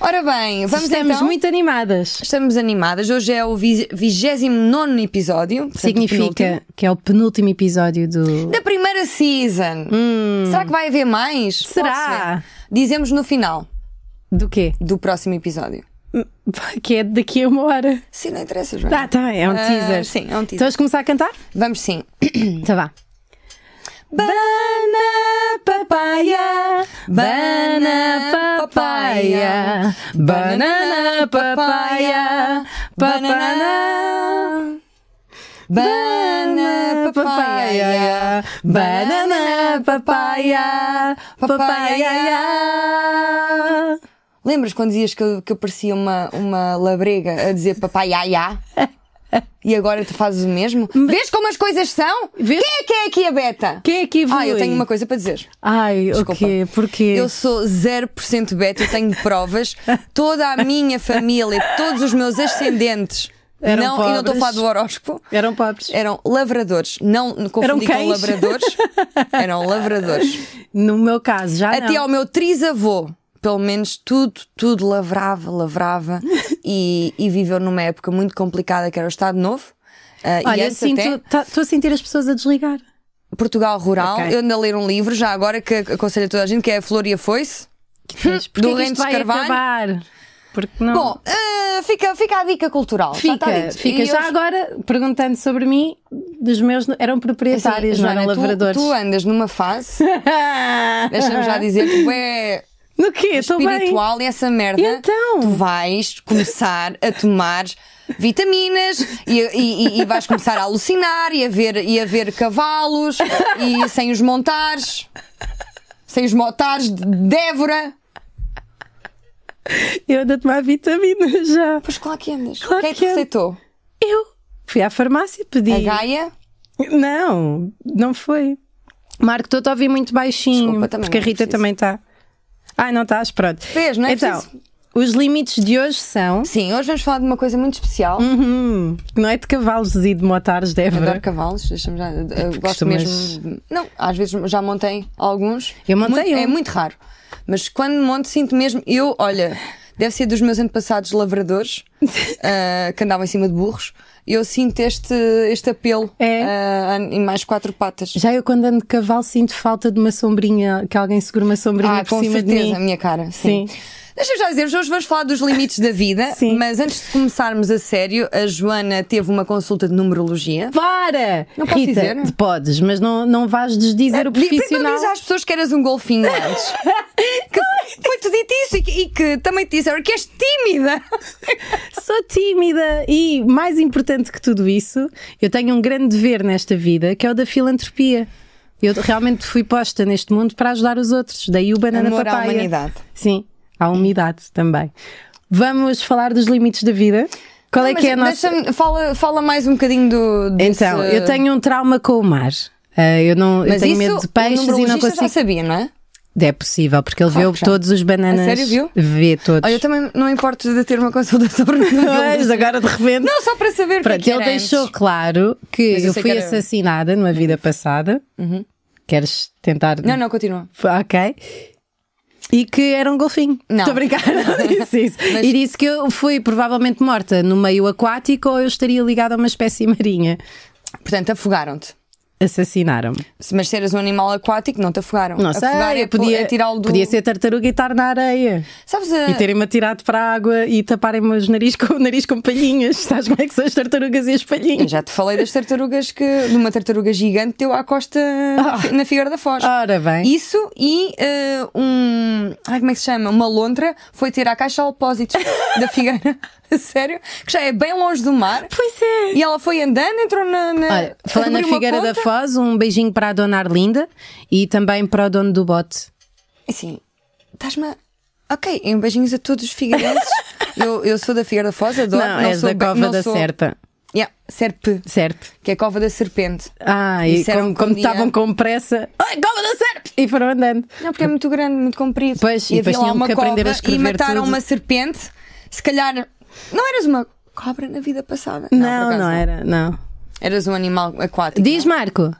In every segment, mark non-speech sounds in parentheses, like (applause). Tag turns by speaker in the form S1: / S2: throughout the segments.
S1: Ora bem, vamos
S2: Estamos
S1: então.
S2: muito animadas.
S1: Estamos animadas. Hoje é o 29 episódio. portanto, o penúltimo,
S2: Significa que é o penúltimo episódio do.
S1: Da primeira season. Será que vai haver mais? Pode
S2: Hum. Será?
S1: ser. Dizemos no final
S2: Do
S1: (laughs)
S2: quê?
S1: do próximo episódio.
S2: Que é daqui a uma hora.
S1: Sim, não interessa, Joana.
S2: Tá, tá, é um
S1: Ah,
S2: teaser.
S1: sim, é um teaser.
S2: Então vamos começar a cantar?
S1: Vamos sim.
S2: Tá, vá. Bana papaya,
S1: bana papaya, banana papaya, banana. Banana papaya, banana papaya, papaya. Lembras quando dizias que eu, que eu parecia uma, uma labrega a dizer papaiaiá? E agora tu fazes o mesmo? Vês como as coisas são? Quem
S2: Vês?
S1: é que é aqui a beta?
S2: Quem é que evolui?
S1: Ah, eu tenho uma coisa para dizer.
S2: Ai, o
S1: Desculpa.
S2: quê? Porquê?
S1: Eu sou 0% beta, eu tenho provas. Toda a minha família, todos os meus ascendentes,
S2: Eram
S1: não, e não estou a
S2: pobres.
S1: falar do horóscopo,
S2: Eram pobres.
S1: eram lavradores. Não
S2: Eram
S1: confundi com
S2: cães? (laughs)
S1: labradores. Eram lavradores.
S2: No meu caso, já
S1: Até
S2: não.
S1: ao meu trisavô, pelo menos tudo, tudo lavrava,
S2: (laughs)
S1: lavrava e, e viveu numa época muito complicada que era o Estado Novo. Ah, e
S2: Olha,
S1: antes
S2: sinto,
S1: até-
S2: tá- estou a sentir as pessoas a
S1: (laughs)
S2: desligar.
S1: Portugal Rural.
S2: Ok.
S1: Eu ando a ler um livro já agora que aconselho a toda a gente, que é a Flor e a Foice.
S2: Mas porquê
S1: do
S2: que
S1: Rentes
S2: isto vai
S1: Carvalho?
S2: acabar? Porque não.
S1: Bom, eh, fica, fica a dica cultural.
S2: fica,
S1: já, está dito.
S2: fica.
S1: E
S2: Já
S1: hoje-
S2: agora, perguntando sobre mim, dos meus eram
S1: Assim,
S2: proprietários, não
S1: Joana,
S2: eram
S1: tu-
S2: lavradores.
S1: Tu, é- andas numa fase,
S2: (laughs)
S1: deixa-me já dizer, tu é
S2: No quê? Estou bem.
S1: espiritual e essa merda.
S2: E então?
S1: Tu vais começar a tomar vitaminas e, e- e- e vais começar a alucinar e a ver, e a ver cavalos e sem os montares, sem os motares de Débora.
S2: Eu ando a tomar vitamina já.
S1: Pois claro que andas.
S2: Claro
S1: Quem te
S2: que ando.
S1: receitou?
S2: Eu fui à farmácia
S1: A
S2: pedir.
S1: Gaia?
S2: Não, não foi. Marco, estou a ouvir muito baixinho.
S1: Desculpa, também
S2: porque a
S1: não é
S2: Rita
S1: preciso.
S2: também está. Ah, não estás? Pronto.
S1: Vês, não é
S2: então,
S1: preciso.
S2: os limites de hoje são.
S1: Sim, hoje vamos falar de uma coisa muito especial.
S2: Uhum, não é de cavalos e É de motares,
S1: Adoro
S2: Débora.
S1: cavalos, deixa-me já. eu gosto
S2: costumas-
S1: mesmo. Não, às vezes já montei alguns.
S2: Eu montei
S1: Muito-
S2: um.
S1: É muito raro. Mas quando monto, sinto mesmo. Eu, olha, deve ser dos meus antepassados
S2: (laughs)
S1: lavradores ah, que andavam em cima de burros. Eu sinto este, este apelo
S2: É.
S1: ah, em mais quatro patas.
S2: Já eu, quando ando de cavalo, sinto falta de uma sombrinha, que alguém segure uma sombrinha
S1: ah,
S2: por
S1: com
S2: cima
S1: certeza,
S2: de
S1: a
S2: mim.
S1: minha cara. Sim.
S2: Sim.
S1: Deixa-me já dizer, hoje vamos falar dos limites da vida,
S2: Sim.
S1: mas antes de começarmos a sério, a Joana teve uma consulta de numerologia.
S2: Para!
S1: Não posso
S2: Rita,
S1: dizer? É,
S2: podes, mas não, não vais desdizer o
S1: Primeiro
S2: profissional.
S1: diz às pessoas que eras um (laughs) golfinho antes. que foi-te dito isso e que, e que também te disseram que és tímida.
S2: Sou tímida e, mais importante que tudo isso, eu tenho um grande dever nesta vida, que é o da filantropia. Eu realmente fui posta neste mundo para ajudar os outros. Daí o banana
S1: Amor à
S2: papaya.
S1: humanidade.
S2: Sim, à humanidade também. Vamos falar dos limites da vida. Qual é que é a nossa...
S1: Deixa-me, fala, fala mais um bocadinho do. desse-
S2: Então, eu tenho um trauma com o mar. Ah, eu não, eu
S1: Mas
S2: tenho
S1: isso,
S2: medo de
S1: o
S2: peixes e não
S1: numerologista
S2: consigo.
S1: Já sabia, não é?
S2: É possível, porque ele
S1: Claro
S2: vê
S1: que já.
S2: todos os bananas.
S1: A sério, viu?
S2: Vê todos.
S1: Olha, eu
S2: (laughs)
S1: também não importo de ter uma consulta (laughs) sobre
S2: Mas
S1: numerologia.
S2: agora de repente.
S1: Não, só para saber o que é
S2: Pronto,
S1: que
S2: ele
S1: era antes.
S2: deixou claro que
S1: Mas eu
S2: eu
S1: sei
S2: fui
S1: que era- Uhum.
S2: assassinada numa vida passada. Queres tentar?
S1: Não, não, continua.
S2: Ok. E que era um golfinho.
S1: Não.
S2: Estou a brincar,
S1: (laughs)
S2: não disse isso.
S1: Mas-
S2: E disse que eu fui provavelmente morta no meio aquático ou eu estaria ligada a uma espécie marinha.
S1: Portanto, afogaram-te.
S2: Assassinaram-me.
S1: Se- Mas se eras um animal aquático, não te afogaram.
S2: Não sei,
S1: Afogar é,
S2: podia,
S1: é tirá-lo do. Ah.
S2: podia ser tartaruga e estar na areia.
S1: Sabes a-
S2: E terem-me atirado para a água e taparem-me os nariz com, (laughs) o nariz com palhinhas. Sabes como é que são as tartarugas e as
S1: Eu
S2: palhinhas?
S1: Já te falei das tartarugas que. de uma tartaruga gigante deu à costa na fi- na Figueira da Foz.
S2: Ah. Ora bem.
S1: Isso e eh, um. Ai, como é que se chama? Uma lontra foi ter à caixa de depósitos da Figueira. (laughs) A Sério? Que já é bem longe do mar.
S2: Pois é.
S1: E ela foi andando, entrou na. na
S2: Olha, falando na
S1: abriu É, uma
S2: Figueira da
S1: conta.
S2: Foz, um beijinho para a dona Arlinda e também para o dono do bote.
S1: Assim, estás-me. a- Ok, e um beijinhos a todos os
S2: (laughs)
S1: figueirenses. eu, eu sou da Figueira da Foz, adoro.
S2: não, és
S1: sou
S2: é da
S1: bem-
S2: Cova
S1: não
S2: da
S1: sou...
S2: Serpa.
S1: Yeah, Serpe,
S2: Certo.
S1: que é a cova da serpente.
S2: Ah, e
S1: Disseram
S2: como,
S1: que um
S2: como
S1: dia-
S2: estavam com pressa. Ai, Cova da Serpa! E foram andando.
S1: Não, porque é muito grande, muito comprido.
S2: Pois, e
S1: havia
S2: depois
S1: lá
S2: tinham
S1: uma
S2: que aprender a
S1: cobra
S2: escrever
S1: E mataram
S2: tudo.
S1: uma serpente. Se calhar. Não eras uma cobra na vida passada. por
S2: Não, não,
S1: acaso
S2: era, não.
S1: Eras um animal aquático.
S2: Diz, Marco,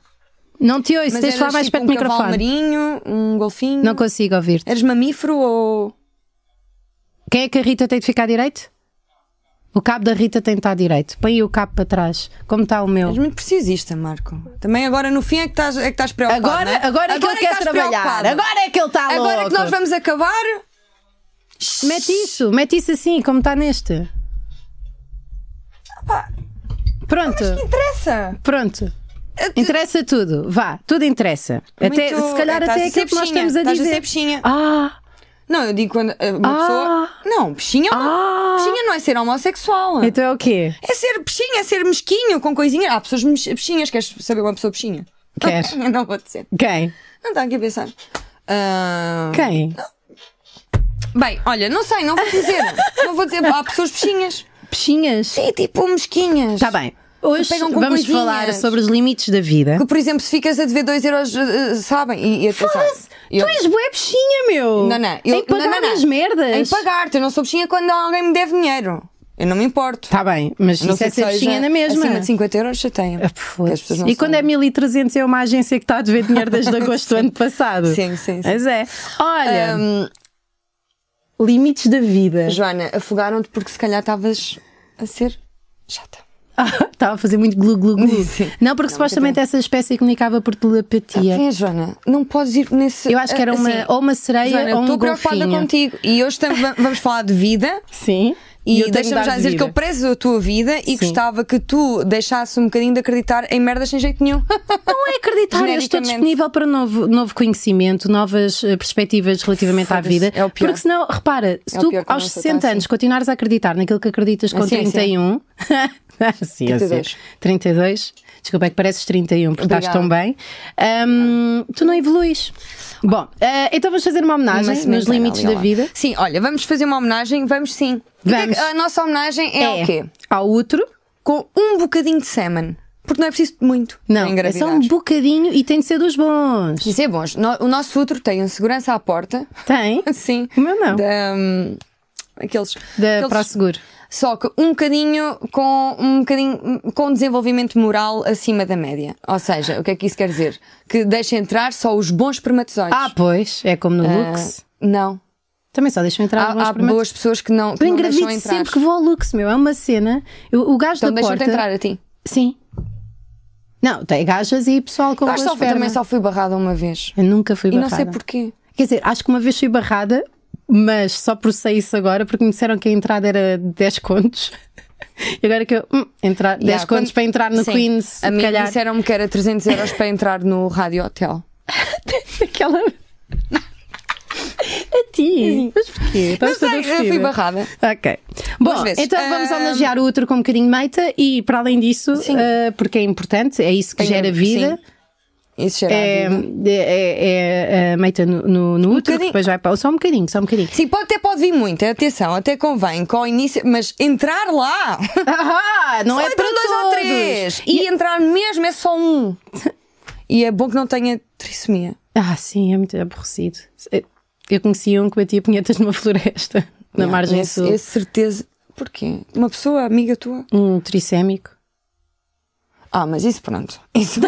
S2: não te ouço,
S1: Mas
S2: tens de falar
S1: eras
S2: mais
S1: tipo
S2: perto do
S1: um cavalo
S2: microfone.
S1: marinho, um golfinho.
S2: Não consigo ouvir-te.
S1: Eras mamífero ou.
S2: Quem é que a Rita tem de ficar direito? O cabo da Rita tem de estar direito. Põe aí o cabo para trás. Como está o meu?
S1: És muito precisista, Marco. Também agora no fim é que estás, é que estás preocupado.
S2: Agora,
S1: não é?
S2: agora é que ele quer
S1: estás
S2: trabalhar.
S1: preocupado.
S2: Agora é que ele está louco.
S1: Agora é que nós vamos acabar.
S2: Mete isso, mete isso assim, como está neste.
S1: Pá,
S2: Pronto,
S1: interessa.
S2: pronto. Interessa tudo, vá, tudo interessa. até,
S1: Muito-
S2: se calhar
S1: estás
S2: até
S1: a ser
S2: aquilo que nós
S1: peixinha,
S2: estamos a
S1: estás a ser
S2: dizer.
S1: peixinha.
S2: ah,
S1: Não, eu digo quando eh, uma
S2: Ah.
S1: pessoa. Não, peixinha, é uma-
S2: Ah.
S1: peixinha não é ser homossexual.
S2: então é o quê?
S1: É ser peixinha, é ser mesquinho com coisinha. Há pessoas mex- peixinhas. Queres saber uma pessoa peixinha?
S2: Quero.
S1: Não, (laughs) não vou dizer.
S2: Quem?
S1: Não está aqui a pensar. Ah,
S2: Quem?
S1: Bem, olha, não sei, não vou dizer. não vou dizer. Há pessoas peixinhas.
S2: Peixinhas?
S1: Sim, tipo mesquinhas.
S2: Está Tá bem. Hoje
S1: Pegam com
S2: vamos
S1: coisinhas.
S2: falar sobre os limites da vida.
S1: Que, por exemplo, se ficas a dever 2 euros, eh, eh, sabem? E, e a pensar. eu-
S2: Tu és bué peixinha, meu!
S1: Não, não.
S2: Em pagar
S1: não, não, não.
S2: as merdas!
S1: Em pagar-te. Eu não sou peixinha quando alguém me deve dinheiro. Eu não me importo.
S2: Está bem, mas
S1: não
S2: isso é
S1: sei que
S2: ser
S1: seja
S2: peixinha na mesma.
S1: Acima de 50 euros chateia.
S2: Ah, pô, foda-se.
S1: As pessoas não
S2: E quando é
S1: sabem.
S2: 1300 é uma agência que está a dever dinheiro desde agosto do ano passado.
S1: (laughs) Sim, sim, sim.
S2: Mas é. Olha,
S1: Hum,
S2: limites da vida.
S1: Joana, afogaram-te porque se calhar estavas a ser chata.
S2: (laughs) Estava a fazer muito glu glu
S1: (laughs)
S2: glu.
S1: Sim.
S2: Não, porque supostamente essa espécie comunicava por telepatia.
S1: Vê, Joana, não podes ir nesse.
S2: é- Eu acho que era uma,
S1: assim,
S2: ou uma sereia
S1: Joana,
S2: ou um
S1: estou preocupada
S2: golfinho.
S1: contigo. E hoje estamos- va- vamos falar de vida.
S2: Sim.
S1: E,
S2: eu tenho
S1: deixa-me
S2: dado
S1: já dizer
S2: vida.
S1: que eu prezo a tua vida e gostava que tu deixasses um bocadinho de acreditar em merdas sem jeito
S2: (laughs)
S1: nenhum.
S2: Não é acreditar, eu estou
S1: Genericamente.
S2: disponível para novo, novo conhecimento, novas eh, perspectivas relativamente à
S1: Foda-se,
S2: vida.
S1: é o pior.
S2: Porque senão, repara, se
S1: É o
S2: tu
S1: pior que a
S2: aos
S1: nossa
S2: 60
S1: tá
S2: anos continuares a acreditar naquilo que acreditas com
S1: Assim, assim.
S2: (laughs) 31. é Sim,
S1: 32.
S2: 32. Desculpa, é que pareces 31, porque estás
S1: Obrigada.
S2: tão bem. Ahm, tu não evoluís. Bom, eh, então vamos fazer uma
S1: Uma
S2: homenagem nos
S1: sementeira
S2: limites
S1: ali ao
S2: da
S1: lado.
S2: vida.
S1: Sim, olha, vamos fazer uma homenagem, vamos sim. E
S2: Vamos.
S1: o que é que- A nossa homenagem é, o quê?
S2: Ao útero.
S1: Com um bocadinho de semen. Porque não é preciso muito.
S2: Não,
S1: para
S2: é
S1: engravidar.
S2: só um bocadinho e tem de ser dos bons.
S1: Isso é bom. No- O nosso útero tem um segurança à porta. (laughs)
S2: Tem?
S1: Sim.
S2: O meu não.
S1: Da, hum, aqueles.
S2: Da
S1: aqueles-
S2: ProSeguro.
S1: Só que um bocadinho com um bocadinho com desenvolvimento moral acima da média. Ou seja, o que é que isso quer dizer? Que deixa entrar só os bons espermatozoides.
S2: Ah, pois, é como no
S1: Ah,
S2: Lux.
S1: não.
S2: Também só deixam entrar
S1: Há,
S2: algumas
S1: há
S2: primeiras.
S1: boas pessoas que não, que
S2: Eu
S1: não deixam
S2: engravido
S1: entrar.
S2: sempre que vou ao Lux, meu. É uma cena. Eu- o gajo
S1: Então
S2: da
S1: deixa-te
S2: porta.
S1: entrar a ti.
S2: Sim. Não, tem gajas e pessoal com
S1: Eu acho
S2: boas
S1: só, também
S2: pernas.
S1: só fui barrada uma vez.
S2: Eu nunca fui
S1: E
S2: barrada.
S1: não sei porquê.
S2: Quer dizer, acho que uma vez fui barrada, mas só processei isso agora porque me disseram que a entrada era 10 contos. (laughs) E agora que eu. Hum, entrar, 10
S1: Yeah,
S2: contos
S1: quando-
S2: para entrar no
S1: Sim.
S2: Queens, se
S1: A mim
S2: calhar.
S1: disseram-me que era 300 euros para entrar no Rádio Hotel.
S2: (laughs)
S1: (laughs)
S2: Aquela. a ti. Mas porquê?
S1: Não
S2: Estás toda
S1: sei, eu fui
S2: vestida.
S1: barrada.
S2: Ok.
S1: Boas
S2: Bom,
S1: vezes.
S2: então vamos
S1: Ahm,
S2: homenagear o outro com um bocadinho de meita e para além disso, ah, porque é importante, é isso que
S1: Tem-
S2: gera vida.
S1: Isso gera
S2: É,
S1: a vida.
S2: é, é a meita no, no, no útero,
S1: bocadinho.
S2: depois vai para. Só um bocadinho, só um
S1: (laughs)
S2: bocadinho.
S1: Sim, pode, até pode vir muito, atenção, até convém, com o início, mas entrar
S2: (laughs)
S1: lá
S2: Ah, não é
S1: Ou
S2: para
S1: entram então dois ou
S2: todos.
S1: três. E entrar mesmo é só um. (laughs) E é bom que não tenha trissomia.
S2: Ah, sim, é muito aborrecido. Eu conhecia um que batia punhetas numa (laughs) floresta, na
S1: Yeah,
S2: margem
S1: esse,
S2: sul.
S1: esse certeza. Porquê? Uma pessoa amiga tua?
S2: Um
S1: (laughs)
S2: tricémico.
S1: Ah, mas isso pronto.
S2: (laughs)
S1: Isso.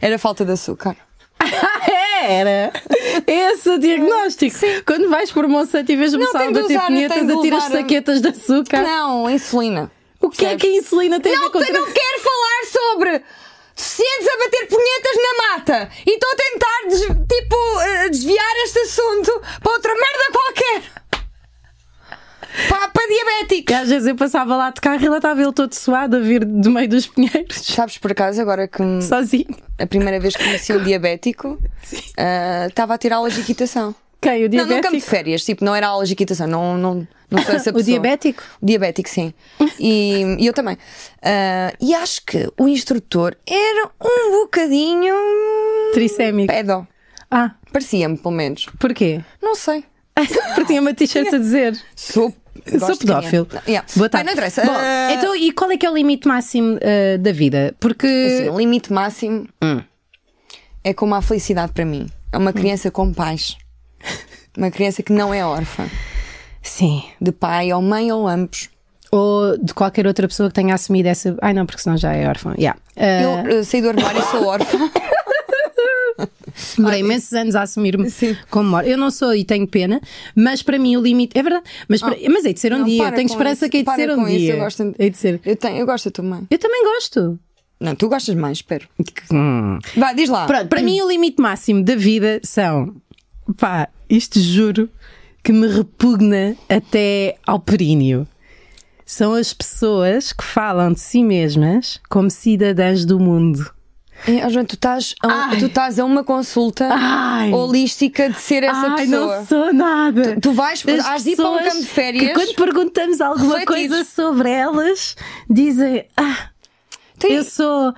S1: Era falta de açúcar.
S2: Era! Esse é o diagnóstico. Quando vais por Monsanto e vês uma
S1: Não,
S2: sala
S1: tenho de
S2: bater
S1: usar, eu
S2: punhetas,
S1: tenho de
S2: atiras
S1: levar.
S2: saquetas de açúcar.
S1: Não, insulina.
S2: O que é que a insulina tem a ver
S1: Não,
S2: com
S1: te- não quero falar sobre deficientes a bater punhetas na mata e estou a tentar, des- tipo, eh, desviar este assunto para outra merda qualquer. Para, para
S2: E
S1: diabéticos.
S2: às vezes eu passava lá de carro e lá estava ele todo suado a vir do meio dos pinheiros, (laughs)
S1: Sabes, por acaso, agora que me-
S2: sozinho.
S1: a primeira vez que conheci um diabético, ah, estava a tirar aulas de equitação.
S2: Quem? O
S1: Não, nunca
S2: diabético?
S1: me de férias, tipo, não era aulas de equitação, não, não, não sou essa
S2: o
S1: pessoa.
S2: diabético?
S1: (laughs) O diabético, sim. E, e eu também. Ah, e acho que o instrutor era um bocadinho.
S2: Tricémico.
S1: pedo.
S2: Ah,
S1: Tipo, Parecia-me, pelo menos. (laughs)
S2: porquê?
S1: Não sei.
S2: Porque tinha uma t-shirt a dizer.
S1: Sou.
S2: Sou
S1: gosto de
S2: pedófilo.
S1: criança. Não, yeah.
S2: Boa
S1: Bem,
S2: tarde.
S1: não interessa.
S2: Bom,
S1: Ah,
S2: então, e qual é que é o limite máximo ah, da vida?
S1: assim,
S2: Porque.
S1: o limite máximo
S2: Hum.
S1: é como a felicidade para mim. É uma criança com pais. Uma criança que não é órfã.
S2: Sim.
S1: De pai ou mãe ou ambos.
S2: Ou de qualquer outra pessoa que tenha assumido essa. Ai É. Eh, não, porque senão já é órfão. Yeah. Ah,
S1: Eu eh, saí do armário e sou órfã. senhora.
S2: Demorei imensos anos a assumir-me
S1: Sim.
S2: como mora. Eu não sou e tenho pena, mas para mim o limite. É verdade, mas, para- mas é de ser um
S1: Ah. Não,
S2: dia. Eu
S1: para
S2: tenho
S1: com
S2: esperança
S1: isso,
S2: que é de
S1: para
S2: ser um
S1: com isso,
S2: dia.
S1: eu gosto-
S2: É de ser.
S1: Eu, tenho, eu gosto da tua mãe.
S2: Eu também gosto.
S1: Não, tu gostas mais, espero. Vai, diz lá.
S2: Pronto, para mim o limite máximo da vida são. Pá, isto juro que me repugna até ao períneo. São as pessoas que falam de si mesmas como cidadãs do mundo.
S1: Eh, oh, Joana, tu estás a, um-
S2: Ai.
S1: tu estás a uma consulta
S2: Ai.
S1: holística de ser essa
S2: Ai,
S1: pessoa.
S2: não sou nada.
S1: Tu vais,
S2: As
S1: has de ir para um
S2: pessoas
S1: campo de férias.
S2: Que quando perguntamos alguma
S1: refletir.
S2: coisa sobre elas, dizem: Ah,
S1: Tem-
S2: eu sou.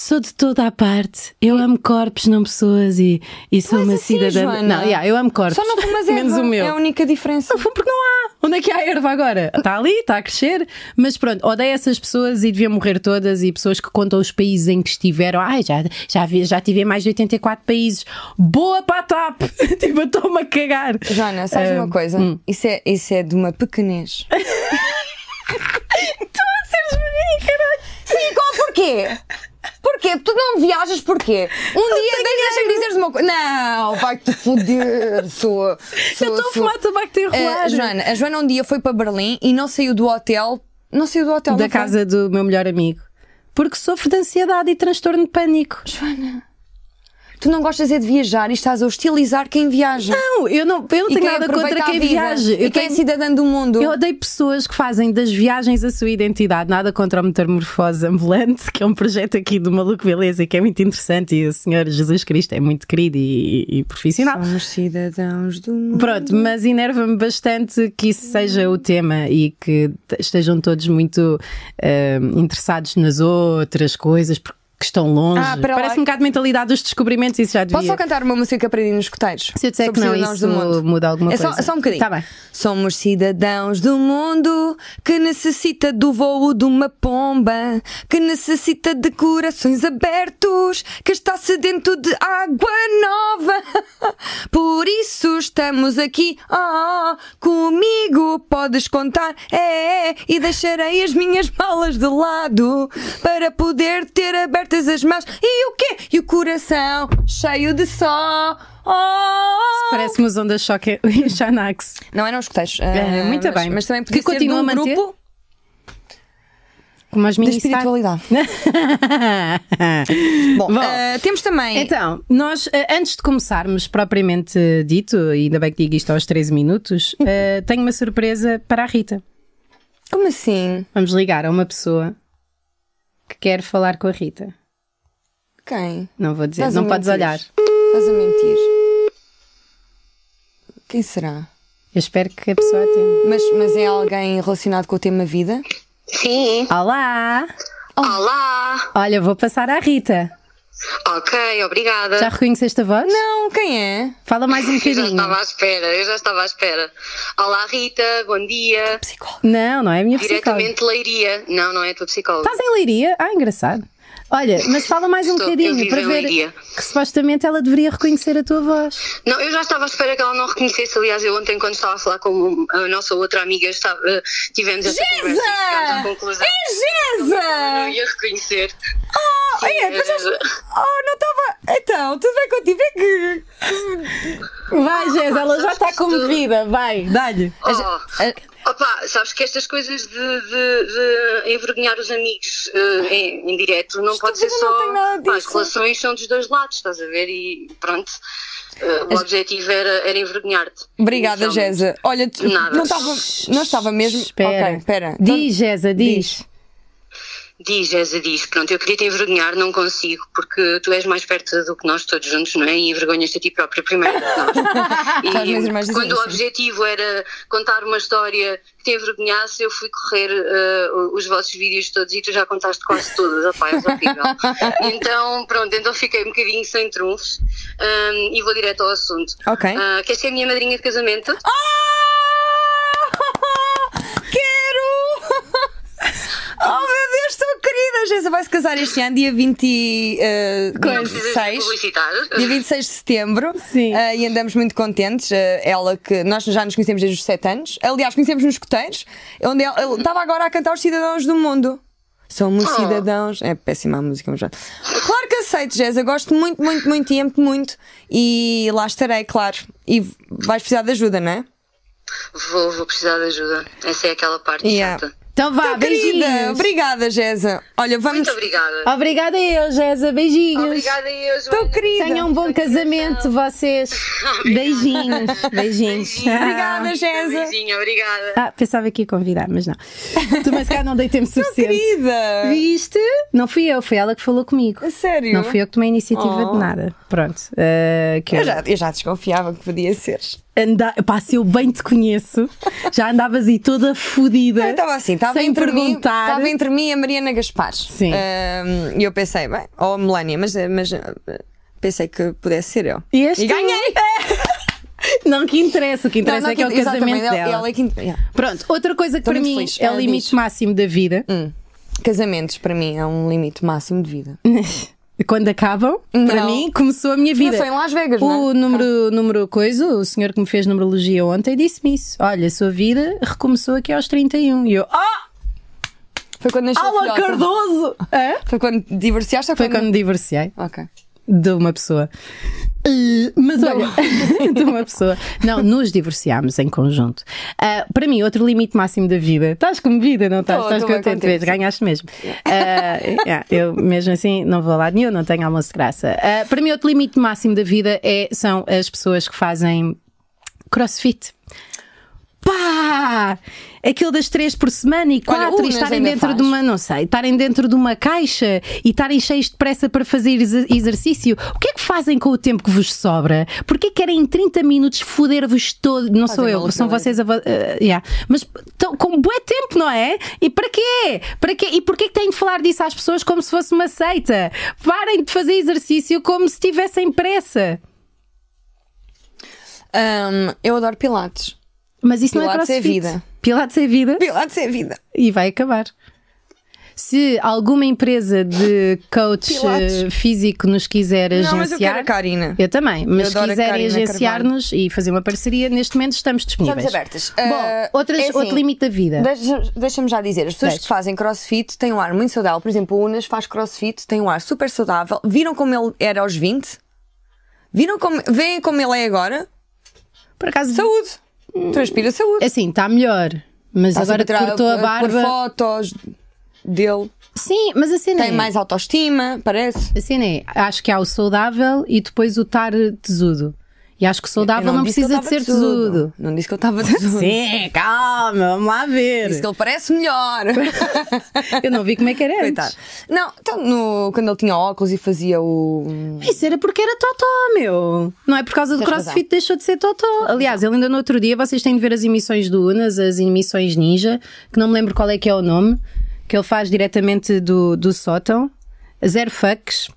S2: Sou de toda a parte. Eu amo corpos, não pessoas e, e sou
S1: és
S2: uma
S1: assim,
S2: cidadã.
S1: Joana.
S2: Não, yeah, eu amo corpos.
S1: Só não fumas
S2: (laughs) Menos
S1: erva,
S2: o meu.
S1: é a única
S2: (laughs)
S1: diferença.
S2: Não fumo porque não há. Onde é que há erva agora? Está ali, está a crescer. Mas pronto, odeio essas pessoas e devia morrer todas. E pessoas que contam os países em que estiveram. Ai, já, já, vi, já tive em mais de 84 países. Boa para a TAP! (laughs) tipo, eu estou-me a cagar. Ah,
S1: Joana, sabes
S2: Hum,
S1: uma coisa? Isso, é, isso é de uma
S2: (laughs)
S1: pequenez.
S2: Seres caralho.
S1: Sim, qual porquê? Porquê? Porque tu não viajas porquê? Um dia
S2: é
S1: deixa-me dizeres uma coisa. Não, vai-te foder, sua. sua
S2: Eu estou a
S1: sua-
S2: fumar tabaco de
S1: Eh,
S2: enrolar.
S1: Joana, a Joana um dia foi para Berlim e não saiu do hotel. Não saiu do hotel
S2: da
S1: não foi?
S2: casa do meu melhor amigo. Porque sofro de ansiedade e transtorno de pânico.
S1: Tu não gostas é de viajar e estás a hostilizar quem viaja.
S2: Não, eu não, eu não
S1: e
S2: tenho
S1: quem
S2: nada
S1: aproveita
S2: contra
S1: a
S2: quem
S1: vida.
S2: viaja.
S1: E
S2: Eu
S1: quem é
S2: tenho-
S1: cidadã do mundo.
S2: Eu odeio pessoas que fazem das viagens a sua identidade, nada contra o Metamorfose Ambulante, que é um projeto aqui do Maluco Beleza e que é muito interessante. E o Senhor Jesus Cristo é muito querido e, e- e profissional.
S1: Somos cidadãos do mundo.
S2: Pronto, mas enerva-me bastante que isso seja o tema e que t- estejam todos muito eh, interessados nas outras coisas, porque estão longe.
S1: Ah, espera lá.
S2: Parece um bocado mentalidade dos descobrimentos, isso já devia.
S1: Posso só cantar uma música que aprendi nos escuteiros?
S2: Se eu disser
S1: Sobre
S2: que não,
S1: cidadãos
S2: isso
S1: do mundo.
S2: muda alguma
S1: É só,
S2: coisa.
S1: só um bocadinho.
S2: Tá bem.
S1: Somos cidadãos do mundo que necessita do voo de uma pomba, que necessita de corações abertos, que está sedento de água nova. (laughs) Por isso estamos aqui. Oh, comigo podes contar. É, é, e deixarei as minhas malas de lado para poder ter abertas as mãos. E o quê? E o coração cheio de sol. Oh,
S2: Parece-me os ondas choque em Xanax.
S1: não eram os coteiros.
S2: É,
S1: ah,
S2: muito
S1: mas,
S2: bem.
S1: Mas também podia
S2: Que
S1: ser de
S2: continua
S1: um
S2: a manter?
S1: grupo
S2: Como as
S1: da
S2: minhas
S1: espiritualidade. Bom, ah, temos
S3: É.
S1: também.
S2: Então, nós, eh, antes de começarmos propriamente dito, e ainda bem que digo isto aos 13
S3: (laughs)
S2: minutos, eh, tenho uma surpresa para a Rita.
S1: como assim?
S2: Vamos ligar a uma pessoa que quer falar com a Rita.
S1: Quem?
S2: Não vou dizer,
S1: Estás a
S2: não podes
S1: mentir.
S2: olhar.
S1: Estás a mentir. Quem será?
S2: Eu espero que a pessoa atenda.
S1: Mas, mas é alguém relacionado com o tema vida? Oh.
S3: Sim.
S2: Olá!
S3: Olá.
S2: Olha, vou passar à Rita.
S3: Ok, obrigada.
S2: Já reconheceste a voz?
S1: Não, quem é?
S2: Fala mais um
S3: eu já
S2: bocadinho.
S3: estava à espera, eu já estava à espera. Olá Rita, bom dia.
S1: Psicólogo.
S2: Não, não é a minha psicóloga.
S3: Diretamente de Leiria. Não, não é a tua psicóloga.
S2: Estás em Leiria? Ah, engraçado. Olha, mas fala mais um
S3: Estou, eu
S2: bocadinho
S3: vivo
S2: para
S3: em
S2: ver
S3: Leiria.
S2: que supostamente ela deveria reconhecer a tua voz.
S3: Não, eu já estava à espera que ela não reconhecesse. Aliás, eu ontem, quando estava a falar com a nossa outra amiga, estava- tivemos essa conversa e chegámos à conclusão.
S1: É
S3: Eu não
S1: Geza!
S3: ia reconhecer.
S1: Oh, é, mas eu- oh, não estava. Então, tudo bem contigo? É que.
S2: Vai, Gés, ela já está comovida. Vai, dá-lhe.
S3: Oh. Opa, sabes que estas coisas de, de- de envergonhar os amigos eh, em, em direto não pode ser
S1: Estúpida, não
S3: só.
S1: tem nada
S3: Pá, as
S1: disso.
S3: relações são dos dois lados, estás a ver? E pronto. eh, o objetivo era, era envergonhar-te.
S1: Obrigada,
S3: Inicialmente.
S1: Geza. Olha, tu-
S3: Nada.
S1: não estava. Não estava mesmo.
S2: Espera.
S1: Ok, espera. Então
S2: Diz, Gésa, diz.
S3: Diz, Jéssica, diz. Pronto, eu queria te envergonhar, não consigo, porque tu és mais perto do que nós todos juntos, não é? E envergonhas-te a ti própria primeiro do que
S1: (laughs)
S3: nós.
S1: Só as minhas irmãs
S3: E
S1: dizem
S3: quando o
S1: isso.
S3: objetivo era contar uma história que te envergonhasse, eu fui correr eh, os vossos vídeos todos e tu já contaste quase todas, rapaz,
S1: (laughs)
S3: és horrível. Então, pronto, então fiquei um bocadinho sem trunfos hum, e vou direto ao assunto.
S1: Ok.
S3: Ah, queres ser a minha madrinha de casamento?
S1: Ah! (laughs) Quero! (laughs) Oh meu Deus, estou querida! A Geza vai se casar este ano, dia eh, 26.
S3: publicitar.
S1: Dia 26 de setembro
S2: Sim.
S1: Ah, e andamos muito contentes. Ah, ela que nós já nos conhecemos desde os 7 anos, aliás, conhecemos nos escuteiros, onde ela ela estava agora a cantar Os Cidadãos do Mundo. Somos
S3: Oh.
S1: cidadãos. É péssima a música, mas já. Claro que aceito, Jéssica. Gosto muito, muito, muito e amo-te muito. E lá estarei, claro. E vais precisar de ajuda, não é?
S3: Vou, vou precisar de ajuda. Essa é aquela parte
S1: Yeah.
S3: chata.
S2: Então vá, beijinhos.
S1: Querida, obrigada, Jéssica. Olha, vamos.
S3: Muito obrigada.
S2: Obrigada eu, Jéssica. Beijinhos.
S3: Obrigada e eu,
S1: Tão
S3: Joana.
S1: querida.
S2: Tenham um bom casamento, vocês. Beijinhos.
S1: (laughs)
S2: Beijinhos.
S1: Obrigada, Jéssica.
S3: Beijinho, obrigada.
S2: Ah, pensava que ia convidar, mas não. Tu, mas cá não
S1: (laughs)
S2: dei tempo suficiente.
S1: Querida.
S2: Viste? Não fui eu, foi ela que falou comigo.
S1: A sério?
S2: Não fui eu que tomei a iniciativa
S1: Oh.
S2: de nada. Pronto. ah, que
S1: Eu já, eu já desconfiava que podia ser.
S2: Anda... Pá, se eu bem te conheço, já andavas aí toda fodida.
S1: Eu estava assim, estava
S2: sem
S1: entre, mim,
S2: perguntar.
S1: estava entre mim e a Mariana Gaspar.
S2: Sim.
S1: Ahm, E eu pensei, bem, ou a Melania, mas, mas ah, pensei que pudesse ser eu.
S2: E este?
S1: E
S2: (laughs)
S1: ganhei!
S2: Não que interessa, o que interessa é que é o casamento
S1: exatamente, ela-
S2: dela.
S1: ela é que- yeah.
S2: Pronto, outra coisa que
S1: Estou
S2: para
S1: muito
S2: mim
S1: feliz.
S2: é o
S1: Ah,
S2: limite
S1: diz. Hum.
S2: máximo da vida.
S1: Casamentos, para mim, é um limite máximo de vida.
S2: (laughs) Quando acabam, para
S1: Não.
S2: mim, começou a minha
S1: Não
S2: vida.
S1: foi em Las Vegas, não
S2: O
S1: é?
S2: número, número coisa, o senhor que me fez numerologia ontem disse-me isso. Olha, a sua vida recomeçou aqui aos 31. E eu, ah,
S1: Foi quando nasceu a
S2: Alan
S1: filhota. (laughs)
S2: Cardoso! Hã?
S1: Foi quando te divorciaste ou
S2: Foi quando me divorciei
S1: Ok.
S2: de uma pessoa. Eh, Mas olha, (laughs) de uma pessoa. Não, nos divorciámos em conjunto. Ah, para mim, outro limite máximo da vida. Estás comovida, não estás?
S1: Tô,
S2: estás
S1: tô bem
S2: contente,
S1: contente,
S2: vês? ganhaste mesmo. Ah, yeah, eu mesmo assim não vou lá nenhum, não tenho almoço de graça. Ah, para mim, outro limite máximo da vida é, são as pessoas que fazem crossfit. Pá! Aquilo das três por semana e quatro e
S1: Unas
S2: estarem
S1: ainda
S2: dentro
S1: faz.
S2: de uma, não sei, estarem dentro de uma caixa e estarem cheios de pressa para fazer ex- exercício. O que é que fazem com o tempo que vos sobra? Porquê querem em 30 minutos foder-vos todo? Não sou
S1: Fazem é?
S2: eu,
S1: maluquice.
S2: são vocês a vo- eh, yeah. Mas tão- com bué tempo, não é? E para quê? Para quê? E porquê que têm de falar disso às pessoas como se fosse uma seita? Parem de fazer exercício como se tivessem pressa.
S1: Ahm, eu adoro Pilates.
S2: Mas isso não é
S1: Pilates é
S2: crossfit.
S1: vida.
S2: Pilates é vida.
S1: Pilates é vida.
S2: e vai acabar. Se alguma empresa de coach
S1: Pilates.
S2: eh, físico nos quiser agenciar.
S1: Não, mas eu quero a Karina.
S2: Eu também, mas se
S1: adoro a
S2: quiserem
S1: Karina
S2: agenciar-nos e fazer uma parceria, neste momento estamos disponíveis.
S1: Estamos abertas. Ah,
S2: Bom, outras,
S1: é assim,
S2: outro limite da vida.
S1: Deixa- Deixa-me já dizer, as pessoas
S2: Deixa.
S1: que fazem crossfit têm um ar muito saudável. Por exemplo, o Unas faz crossfit, tem um ar super saudável. Viram como ele era aos 20? Viram como, veem como ele é agora?
S2: Por acaso,
S1: Saúde! Transpira saúde.
S2: Hum. assim, está melhor, mas
S1: Está
S2: agora
S1: Tá sempre a tirar-
S2: cortou a
S1: Por
S2: barba.
S1: fotos dele.
S2: Sim, mas assim
S1: Tem
S2: é.
S1: mais autoestima, parece.
S2: A cena é, acho que há o saudável e depois o tar tesudo. E acho que o saudável
S1: Eu
S2: não,
S1: disse que
S2: precisa
S1: eu
S2: de
S1: estava
S2: ser tesudo.
S1: Não disse que eu
S2: (laughs)
S1: estava tesudo.
S2: Sim, calma, vamos lá ver.
S1: Disse que ele parece
S2: (laughs)
S1: melhor.
S2: Eu não vi como
S1: (laughs)
S2: é que era
S1: Coitado.
S2: antes.
S1: Não, então, no- quando ele tinha óculos e fazia o.
S2: Isso era porque era totó, meu. Não é por causa do
S1: Tens
S2: crossfit deixou de ser totó. Aliás, ele ainda no outro dia, vocês têm de ver as emissões do Unas, as emissões Ninja, que não me lembro qual é que é o nome, que ele faz diretamente do, do sótão. Zero fucks.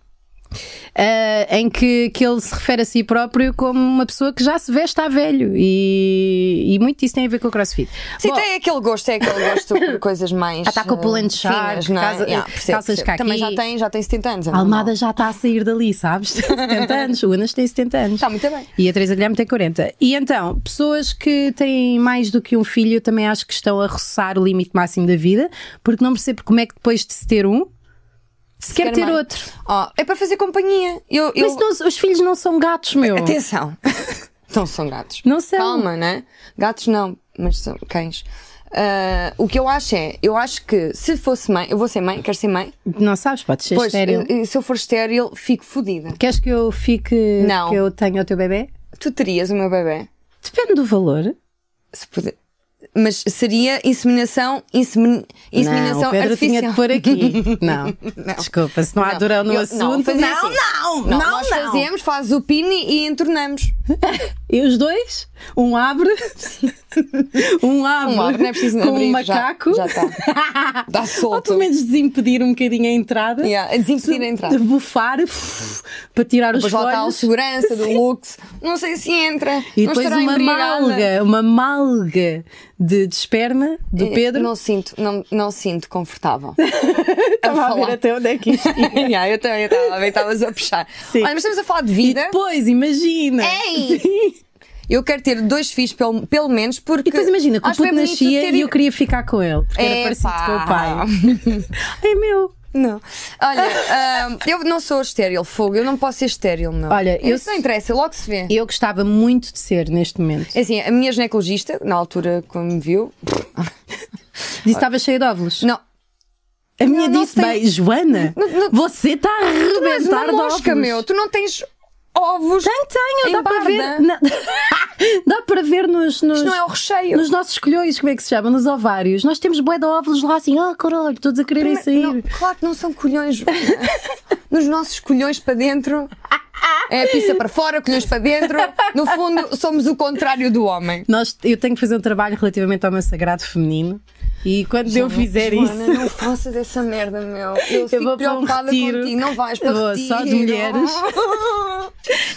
S2: eh, em que, que ele se refere a si próprio como uma pessoa que já se veste a velho e, e muito disso tem a ver com o crossfit.
S1: Sim,
S2: Bom,
S1: tem aquele gosto, é aquele gosto
S2: (laughs)
S1: por coisas mais.
S2: Ah, tá com o
S1: eh,
S2: pull and shark,
S1: finas, não é?
S2: calça-
S1: Yeah, percebo,
S2: calças
S1: percebo. Também
S2: caqui.
S1: já tem, já tem 70 anos. é
S2: a Almada
S1: normal.
S2: já está a sair
S1: (laughs)
S2: dali, sabes? Tem 70 anos, o Unas tem 70 anos.
S1: Está muito bem.
S2: E a Teresa Guilherme tem 40. E então, pessoas que têm mais do que um filho, eu também acho que estão a roçar o limite máximo da vida, porque não percebo como é que depois de se ter um, se quer
S1: quer
S2: ter
S1: mais.
S2: outro.
S1: Ó, é para fazer companhia. Eu, eu...
S2: Mas não- os filhos não são gatos, meu.
S1: Atenção. (laughs) não são gatos.
S2: Não são.
S1: Calma, né? Gatos não, mas são cães. Ah, o que eu acho é, eu acho que se fosse mãe, eu vou ser mãe, quero ser mãe.
S2: Não sabes, podes ser
S1: Pois,
S2: estéril.
S1: eh, se eu for estéril, fico fodida.
S2: Queres que eu fique.
S1: Não.
S2: Que eu tenha o teu bebê?
S1: Tu terias o meu bebê?
S2: Depende do valor.
S1: Se puder. Mas seria inseminação, insemin... inseminação
S2: não, o Pedro
S1: artificial.
S2: tinha de
S1: (laughs)
S2: pôr aqui. não. Desculpa, se não há durão no
S1: eu-
S2: assunto. é
S1: não, fazia assim.
S2: não,
S1: Não, nós fazemos, faz o pini e entornamos.
S2: E os dois?
S1: (laughs)
S2: Um abre. um abre.
S1: Um abre, não é preciso
S2: com
S1: abrir,
S2: um
S1: já-
S2: macaco.
S1: já
S2: (laughs)
S1: tá. Dá
S2: Ou
S1: solto.
S2: pelo menos desimpedir um bocadinho a entrada.
S1: Yeah, desimpedir a entrada.
S2: De bufar uf, para tirar
S1: Depois
S2: os
S1: lá está o
S2: folhos.
S1: segurança do Lux. Não sei se entra.
S2: E
S1: não
S2: depois
S1: estará
S2: uma
S1: embriagada.
S2: malga, uma malga de, de esperma do
S1: Eh,
S2: Pedro.
S1: Não sinto, não, não sinto
S2: (laughs)
S1: confortável.
S2: Estava a ver
S1: falar.
S2: até onde é que
S1: (laughs)
S2: isto ia.
S1: yeah, eu também estava a ver, estavas a puxar.
S2: Sim.
S1: Olha, mas estamos a falar de vida.
S2: Depois, imagina!
S1: Ei!
S2: Sim.
S1: E, Eu quero ter dois filhos, pelo, pelo menos, porque.
S2: E depois imagina, que o
S1: acho
S2: puto
S1: bem bonito
S2: nascia
S1: ter-
S2: e eu queria ficar com ele. Porque era
S1: Epá.
S2: parecido com o pai.
S1: (laughs)
S2: é meu.
S1: Não. Olha, ahm, eu não sou estéril, fogo, eu não posso ser estéril, não.
S2: Olha, eu
S1: Isso
S2: se-
S1: não interessa, logo se vê.
S2: Eu gostava muito de ser neste momento.
S1: É Assim, a minha ginecologista, na altura, quando me viu.
S2: Disse que estava cheia de óvulos.
S1: Não,
S2: A minha
S1: não
S2: disse
S1: tem-
S2: bem, Joana,
S1: não-
S2: você está a
S1: tu és
S2: arrebentar
S1: uma
S2: é de óvulos.
S1: é mosca, meu, tu não tens ovos.
S2: Tenho, tenho,
S1: Em
S2: dá para
S1: barda.
S2: ver. na- (laughs) dá para ver nos. nos...
S1: Isto não é o recheio.
S2: Nos nossos colhões, como é que se chama? Nos ovários. Nós temos bué de óvulos lá assim, ah, caralho, todos a quererem sair.
S1: Não, claro que não são colhões. (laughs) Joana. Nos nossos colhões para dentro. É pizza para fora, colhões para dentro. No fundo, somos o contrário do homem.
S2: Nós, eu tenho que fazer um trabalho relativamente ao meu sagrado feminino e quando eu fizer
S1: Joana,
S2: isso. (laughs)
S1: não faças essa merda, meu. Eu, fico
S2: vou para um
S1: preocupada
S2: retiro.
S1: contigo. Não vais para
S2: Eu vou
S1: retiro.
S2: só de mulheres.
S1: (laughs)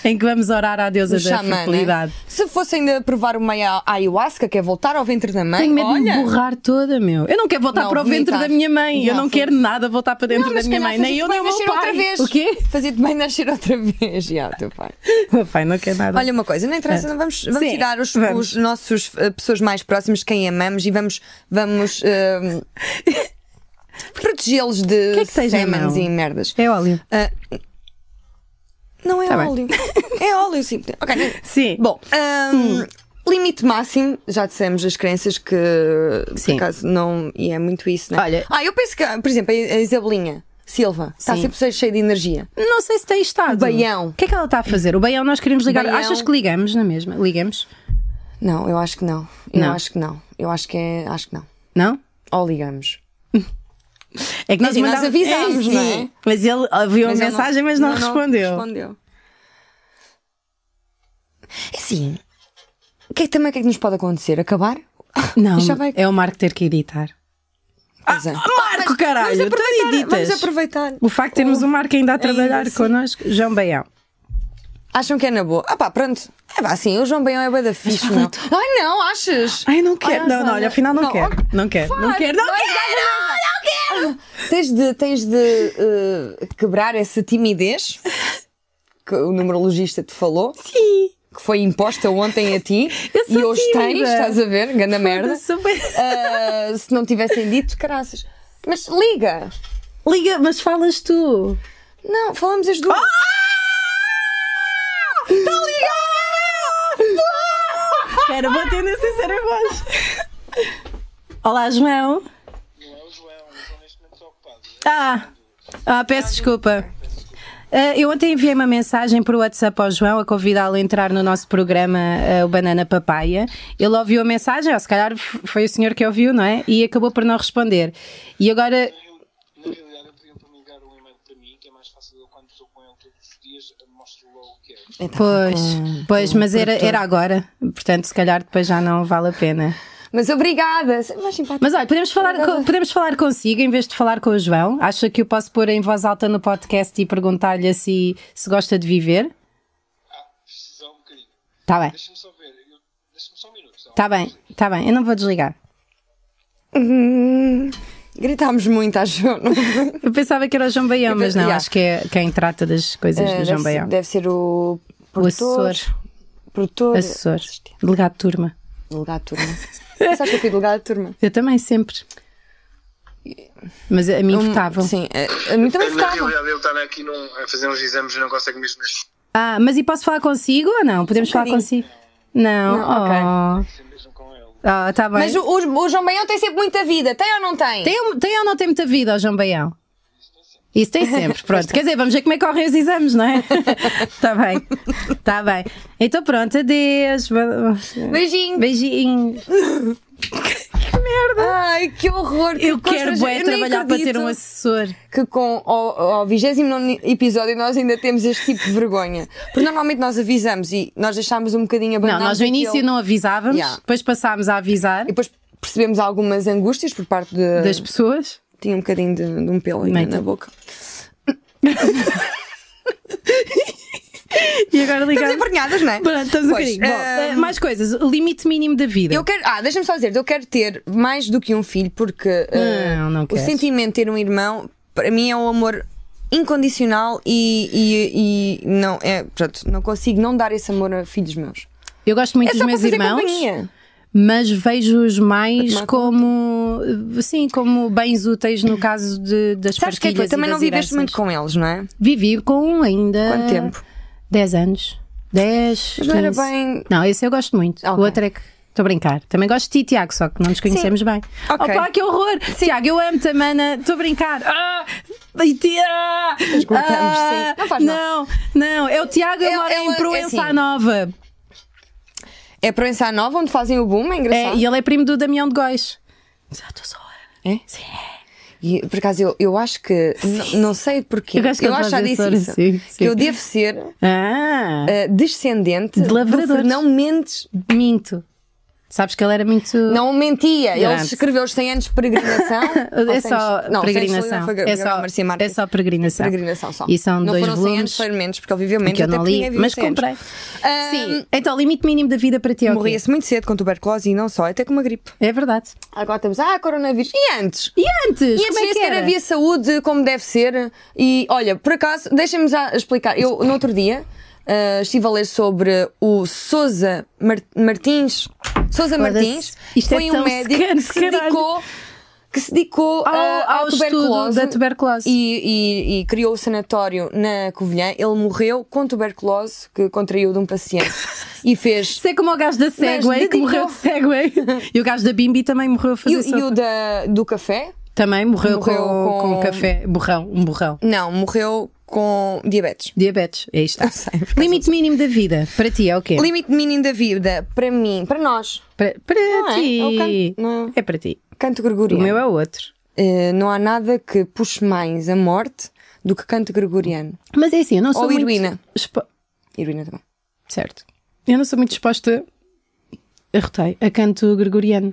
S2: Em que vamos orar à deusa
S1: O
S2: da
S1: xamã,
S2: fertilidade.
S1: né? Se fosse ainda provar uma aia- ayahuasca, que é voltar ao ventre da mãe,
S2: Tenho medo de
S1: olha.
S2: me borrar toda, meu. Eu não quero voltar
S1: Não,
S2: para o ventre
S1: vomitar.
S2: da minha mãe. eu
S1: Não,
S2: não quero nada voltar para dentro
S1: Não,
S2: da
S1: mas
S2: minha mãe. Nem eu, nem o meu
S1: nascer
S2: pai.
S1: outra vez.
S2: O quê? (laughs)
S1: Fazia-te bem nascer outra (laughs) vez. Já, teu pai.
S2: O meu pai não quer nada.
S1: Olha uma coisa, não interessa, não vamos, vamos
S2: É. Sim,
S1: tirar os,
S2: vamos.
S1: os nossos eh, pessoas mais próximas, quem amamos, e vamos, vamos
S2: (laughs)
S1: eh, protegê-los de
S2: que é que tens na
S1: sêmens
S2: mão?
S1: e merdas.
S2: É óleo.
S1: Ah, não é
S2: Tá bem.
S1: óleo. É óleo, sim. Ok,
S2: (laughs)
S1: não-
S2: Sim.
S1: Bom, ahm,
S2: Hum.
S1: limite máximo, já dissemos as crenças que
S2: Sim.
S1: por acaso não. E é muito isso, né?
S2: Olha-
S1: Ah, eu penso que, por exemplo, a Isabelinha Silva está
S2: Sim.
S1: sempre cheia de energia.
S2: não sei se tem estado. O
S1: baião.
S2: O que é que ela está a fazer? O baião nós queremos ligar.
S1: Baião.
S2: Achas que ligamos na mesma? Ligamos?
S1: Não, eu acho que não. Eu
S2: Não.
S1: acho que não. Eu acho que é. Acho que não.
S2: Não?
S1: Ou ligamos.
S2: É que
S1: É assim, nós avisámos,
S2: É,
S1: não
S2: sim.
S1: é?
S2: Mas ele ouviu
S1: Mas
S2: a
S1: ele
S2: mensagem, mas não, respondeu.
S1: respondeu. É Assim, o que é, que também o que é que nos pode acontecer? Acabar?
S2: Não,
S1: Já vai-
S2: é o Marco ter que editar.
S1: Pois é.
S2: Ah, Marco, caralho! tu editas.
S1: Vamos aproveitar.
S2: O facto de termos o Marco ainda a trabalhar
S1: Oh, é isso.
S2: connosco, João Baião.
S1: Acham que é na boa? Ah pá, pronto. É pá, assim, o João Baião é bué da fixe, não? Ai não, achas?
S2: Ai, não quero. não, não, olha, afinal não, quero.
S1: ok.
S2: Não quero. Não
S1: Fuck,
S2: quero. Não
S1: vai,
S2: quero.
S1: vai, vai, vai. Tens de, tens de eh, quebrar essa timidez que o numerologista te falou,
S2: Sim.
S1: que foi imposta ontem a ti
S2: (laughs) Eu sou
S1: e hoje
S2: tímida.
S1: tens, estás a ver? Ganda merda.
S2: Super-
S1: Ah, se não tivessem dito, caraças. Mas liga!
S2: Liga, mas falas tu.
S1: Não, falamos as
S2: Ah!
S1: duas.
S2: Tá Espera, vou atender sem ser a voz. Olá, João.
S4: Não é o João, eu estou neste momento ocupado.
S2: Ah, ah peço desculpa. Ah, eu ontem enviei uma mensagem para o WhatsApp ao João a convidá-lo a entrar no nosso programa ah, o Banana Papaya. Ele ouviu a mensagem, ou se calhar f- foi o senhor que ouviu, não é? E acabou por não responder. E agora
S4: Na real- Na realidade, ele pediu para me enviar um e-mail para mim, que é mais fácil eu, quando estou com ele todos os dias, mostro logo o que é.
S2: Pois, pois, mas era, era agora. Portanto, se calhar depois já não vale a pena.
S1: Mas obrigada! Mas simpática.
S2: Mas olha, podemos falar, co- podemos falar consigo em vez de falar com o João? Acha que eu posso pôr em voz alta no podcast e perguntar-lhe se, se gosta de viver?
S4: Ah, precisa um bocadinho.
S2: Tá bem,
S4: Deixa-me só ver, eu- deixa-me só um minuto. só.
S2: tá bem, tá bem. Eu não vou desligar.
S1: Hum, gritámos muito, acho eu. não?
S2: Eu pensava que era o João Baião, mas não,
S1: Yeah.
S2: acho que é quem trata das coisas do
S1: Eh, deve,
S2: João Baião.
S1: ser, deve ser o
S2: O
S1: produtor.
S2: assessor,
S1: Produtor.
S2: assessor, delegado de turma.
S1: Delegado de turma. Sabes que eu fui delegado de turma?
S2: Eu também, sempre. Mas a mim votavam.
S1: Sim, eh, a mim também
S4: É, Na
S1: votavam.
S4: realidade, ele está aqui num- a fazer uns exames e não consegue mesmo. neste-
S2: Ah, mas e posso falar consigo ou não? Podemos falar
S1: Um bocadinho.
S2: consigo? Não,
S1: Não, ok.
S2: oh.
S4: Sempre mesmo com ele.
S2: Ah, tá bem.
S1: Mas o, o- o João Baião tem sempre muita vida, tem ou não tem?
S2: tem, um- tem ou não tem muita vida, ó João Baião? Isso tem sempre, (laughs) pronto. Quer dizer, vamos ver como é que correm os exames, não (laughs) é? tá bem, tá bem. Então pronto, adeus.
S1: Beijinho.
S2: Beijinho.
S1: Ai, que horror! que
S2: Eu quero
S1: constrange-
S2: bué
S1: eu nem
S2: trabalhar para ter
S1: acredito
S2: um assessor.
S1: Que com ao, ao 29 episódio nós ainda temos este tipo de vergonha. Porque normalmente nós avisamos e nós deixámos um bocadinho
S2: Não,
S1: abandonado.
S2: nós no início
S1: aquilo.
S2: não avisávamos,
S1: Yeah.
S2: depois passámos a avisar
S1: E depois percebemos algumas angústias por parte de.
S2: das pessoas.
S1: Tinha um bocadinho de, de um pelo ainda
S2: Bem,
S1: na
S2: tá.
S1: boca.
S2: E agora
S1: Estamos
S2: ligamos.
S1: envergonhadas, não é?
S2: Pronto, estamos um
S1: Pois,
S2: bocadinho. Bom,
S1: eh,
S2: eh, mais coisas. O limite mínimo da vida.
S1: Eu quero, ah, deixa-me só dizer, eu quero ter mais do que um filho, porque eh,
S2: Não, não
S1: o
S2: queres.
S1: sentimento de ter um irmão, para mim, é um amor incondicional e, e- e não, é, pronto, não consigo não dar esse amor a filhos meus.
S2: Eu gosto muito
S5: É
S2: dos
S5: só para
S2: meus
S5: fazer
S2: irmãos,
S5: companhia.
S2: mas vejo-os mais
S5: Matemática.
S2: como, sim, como bens úteis no caso de, das
S1: Sabes que é que
S2: partilhas
S1: eu também
S2: e
S1: não
S2: das
S1: viveste
S2: heranças.
S1: muito com eles, não é?
S2: Vivi com um ainda...
S1: Quanto tempo?
S2: 10 anos. 10,
S1: Mas não era
S2: 15.
S1: bem-
S2: Não, esse eu gosto muito.
S1: Ok.
S2: O outro é que... Estou a brincar. Também gosto de ti, Tiago, só que não nos conhecemos bem.
S1: Ok.
S2: Opa, que horror! Tiago, eu amo-te, Mana. Estou a brincar. Ah! E ti- ah!
S1: cortamos, sim. Não faz mal.
S2: Não, não. É o Tiago, eu
S1: Ela-
S2: moro
S1: ela-
S2: em
S1: é
S2: Proença
S1: assim.
S2: à Nova.
S1: É Proença à Nova onde fazem o boom, é
S2: É,
S1: engraçado.
S2: e ele é primo do Damião de Góis. Já estou só.
S1: É? Sim. E por acaso eu, eu acho que n- não sei porquê.
S2: Eu acho que ele
S1: já
S2: faz
S1: disse
S2: essa hora,
S1: isso.
S2: sim, sim.
S1: Que eu devo ser
S2: Ah!
S1: eh, descendente
S2: De
S1: do
S2: lavradores.
S1: Fernão Mendes.
S2: Minto. Sabes que ele era muito...
S1: Não mentia. Ele
S2: Grande.
S1: escreveu os 100 anos de
S2: (laughs)
S1: peregrinação. Ou
S2: É
S1: 100
S2: só
S1: não, 100
S2: peregrinação.
S1: foi-
S2: É só,
S1: Garcia
S2: é
S1: Marques.
S2: só peregrinação.
S1: Peregrinação só.
S2: E são
S1: não
S2: dois
S1: foram 100 anos,
S2: volumes.
S1: foi menos, porque ele viveu menos.
S2: que eu
S1: até
S2: não
S1: porque ninguém
S2: li,
S1: vivia
S2: mas
S1: 100 anos.
S2: comprei.
S1: Ah,
S2: Sim, então limite mínimo da vida para ti é o quê?
S1: Morria-se muito cedo com tuberculose e não só, até com uma gripe.
S2: É verdade.
S1: Agora estamos, ah, coronavírus. E antes?
S2: E antes?
S1: E antes
S2: como é
S1: nem
S2: que
S1: sequer
S2: era?
S1: havia saúde como deve ser. E olha, por acaso, deixem-me já explicar. Eu, no outro dia, ah, estive a ler sobre o Sousa Mar- Martins. Sousa
S2: Foda-se.
S1: Martins
S2: Isto é
S1: foi um
S2: tão
S1: médico
S2: secante,
S1: que se
S2: caralho.
S1: dedicou. Que se dedicou
S2: Ao-
S1: ah, à
S2: ao estudo
S1: tuberculose,
S2: da tuberculose.
S1: E, e- e criou o sanatório na Covilhã. Ele morreu com tuberculose que contraiu de um paciente e fez
S2: Isso é como o gajo da Segway, que
S1: dedicou-
S2: morreu de Segway. e o gajo da Bimbi também morreu a
S1: E,
S2: (laughs) fazer
S1: o-
S2: sopa.
S1: e o da, do café?
S2: Também morreu,
S1: Morreu
S2: com, com...
S1: com-
S2: café. Borrão, um borrão.
S1: Não, morreu com diabetes.
S2: Diabetes,
S1: (laughs)
S2: é isto.
S1: sei, por
S2: Limite mínimo da vida, para ti é o quê?
S1: Limite mínimo da vida, para mim, para nós,
S2: Para, para
S1: Não é?
S2: ti.
S1: É o canto, não é?
S2: É para ti.
S1: canto
S2: O
S1: gregoriano.
S2: meu é o outro.
S1: Eh, não há nada que puxe mais a morte do que canto gregoriano.
S2: Mas é assim, eu não sou
S1: Ou
S2: muito...
S1: heroína.
S2: expo-
S1: Heroína também.
S2: Certo. Eu não sou muito disposta. Arrotei. A canto gregoriano.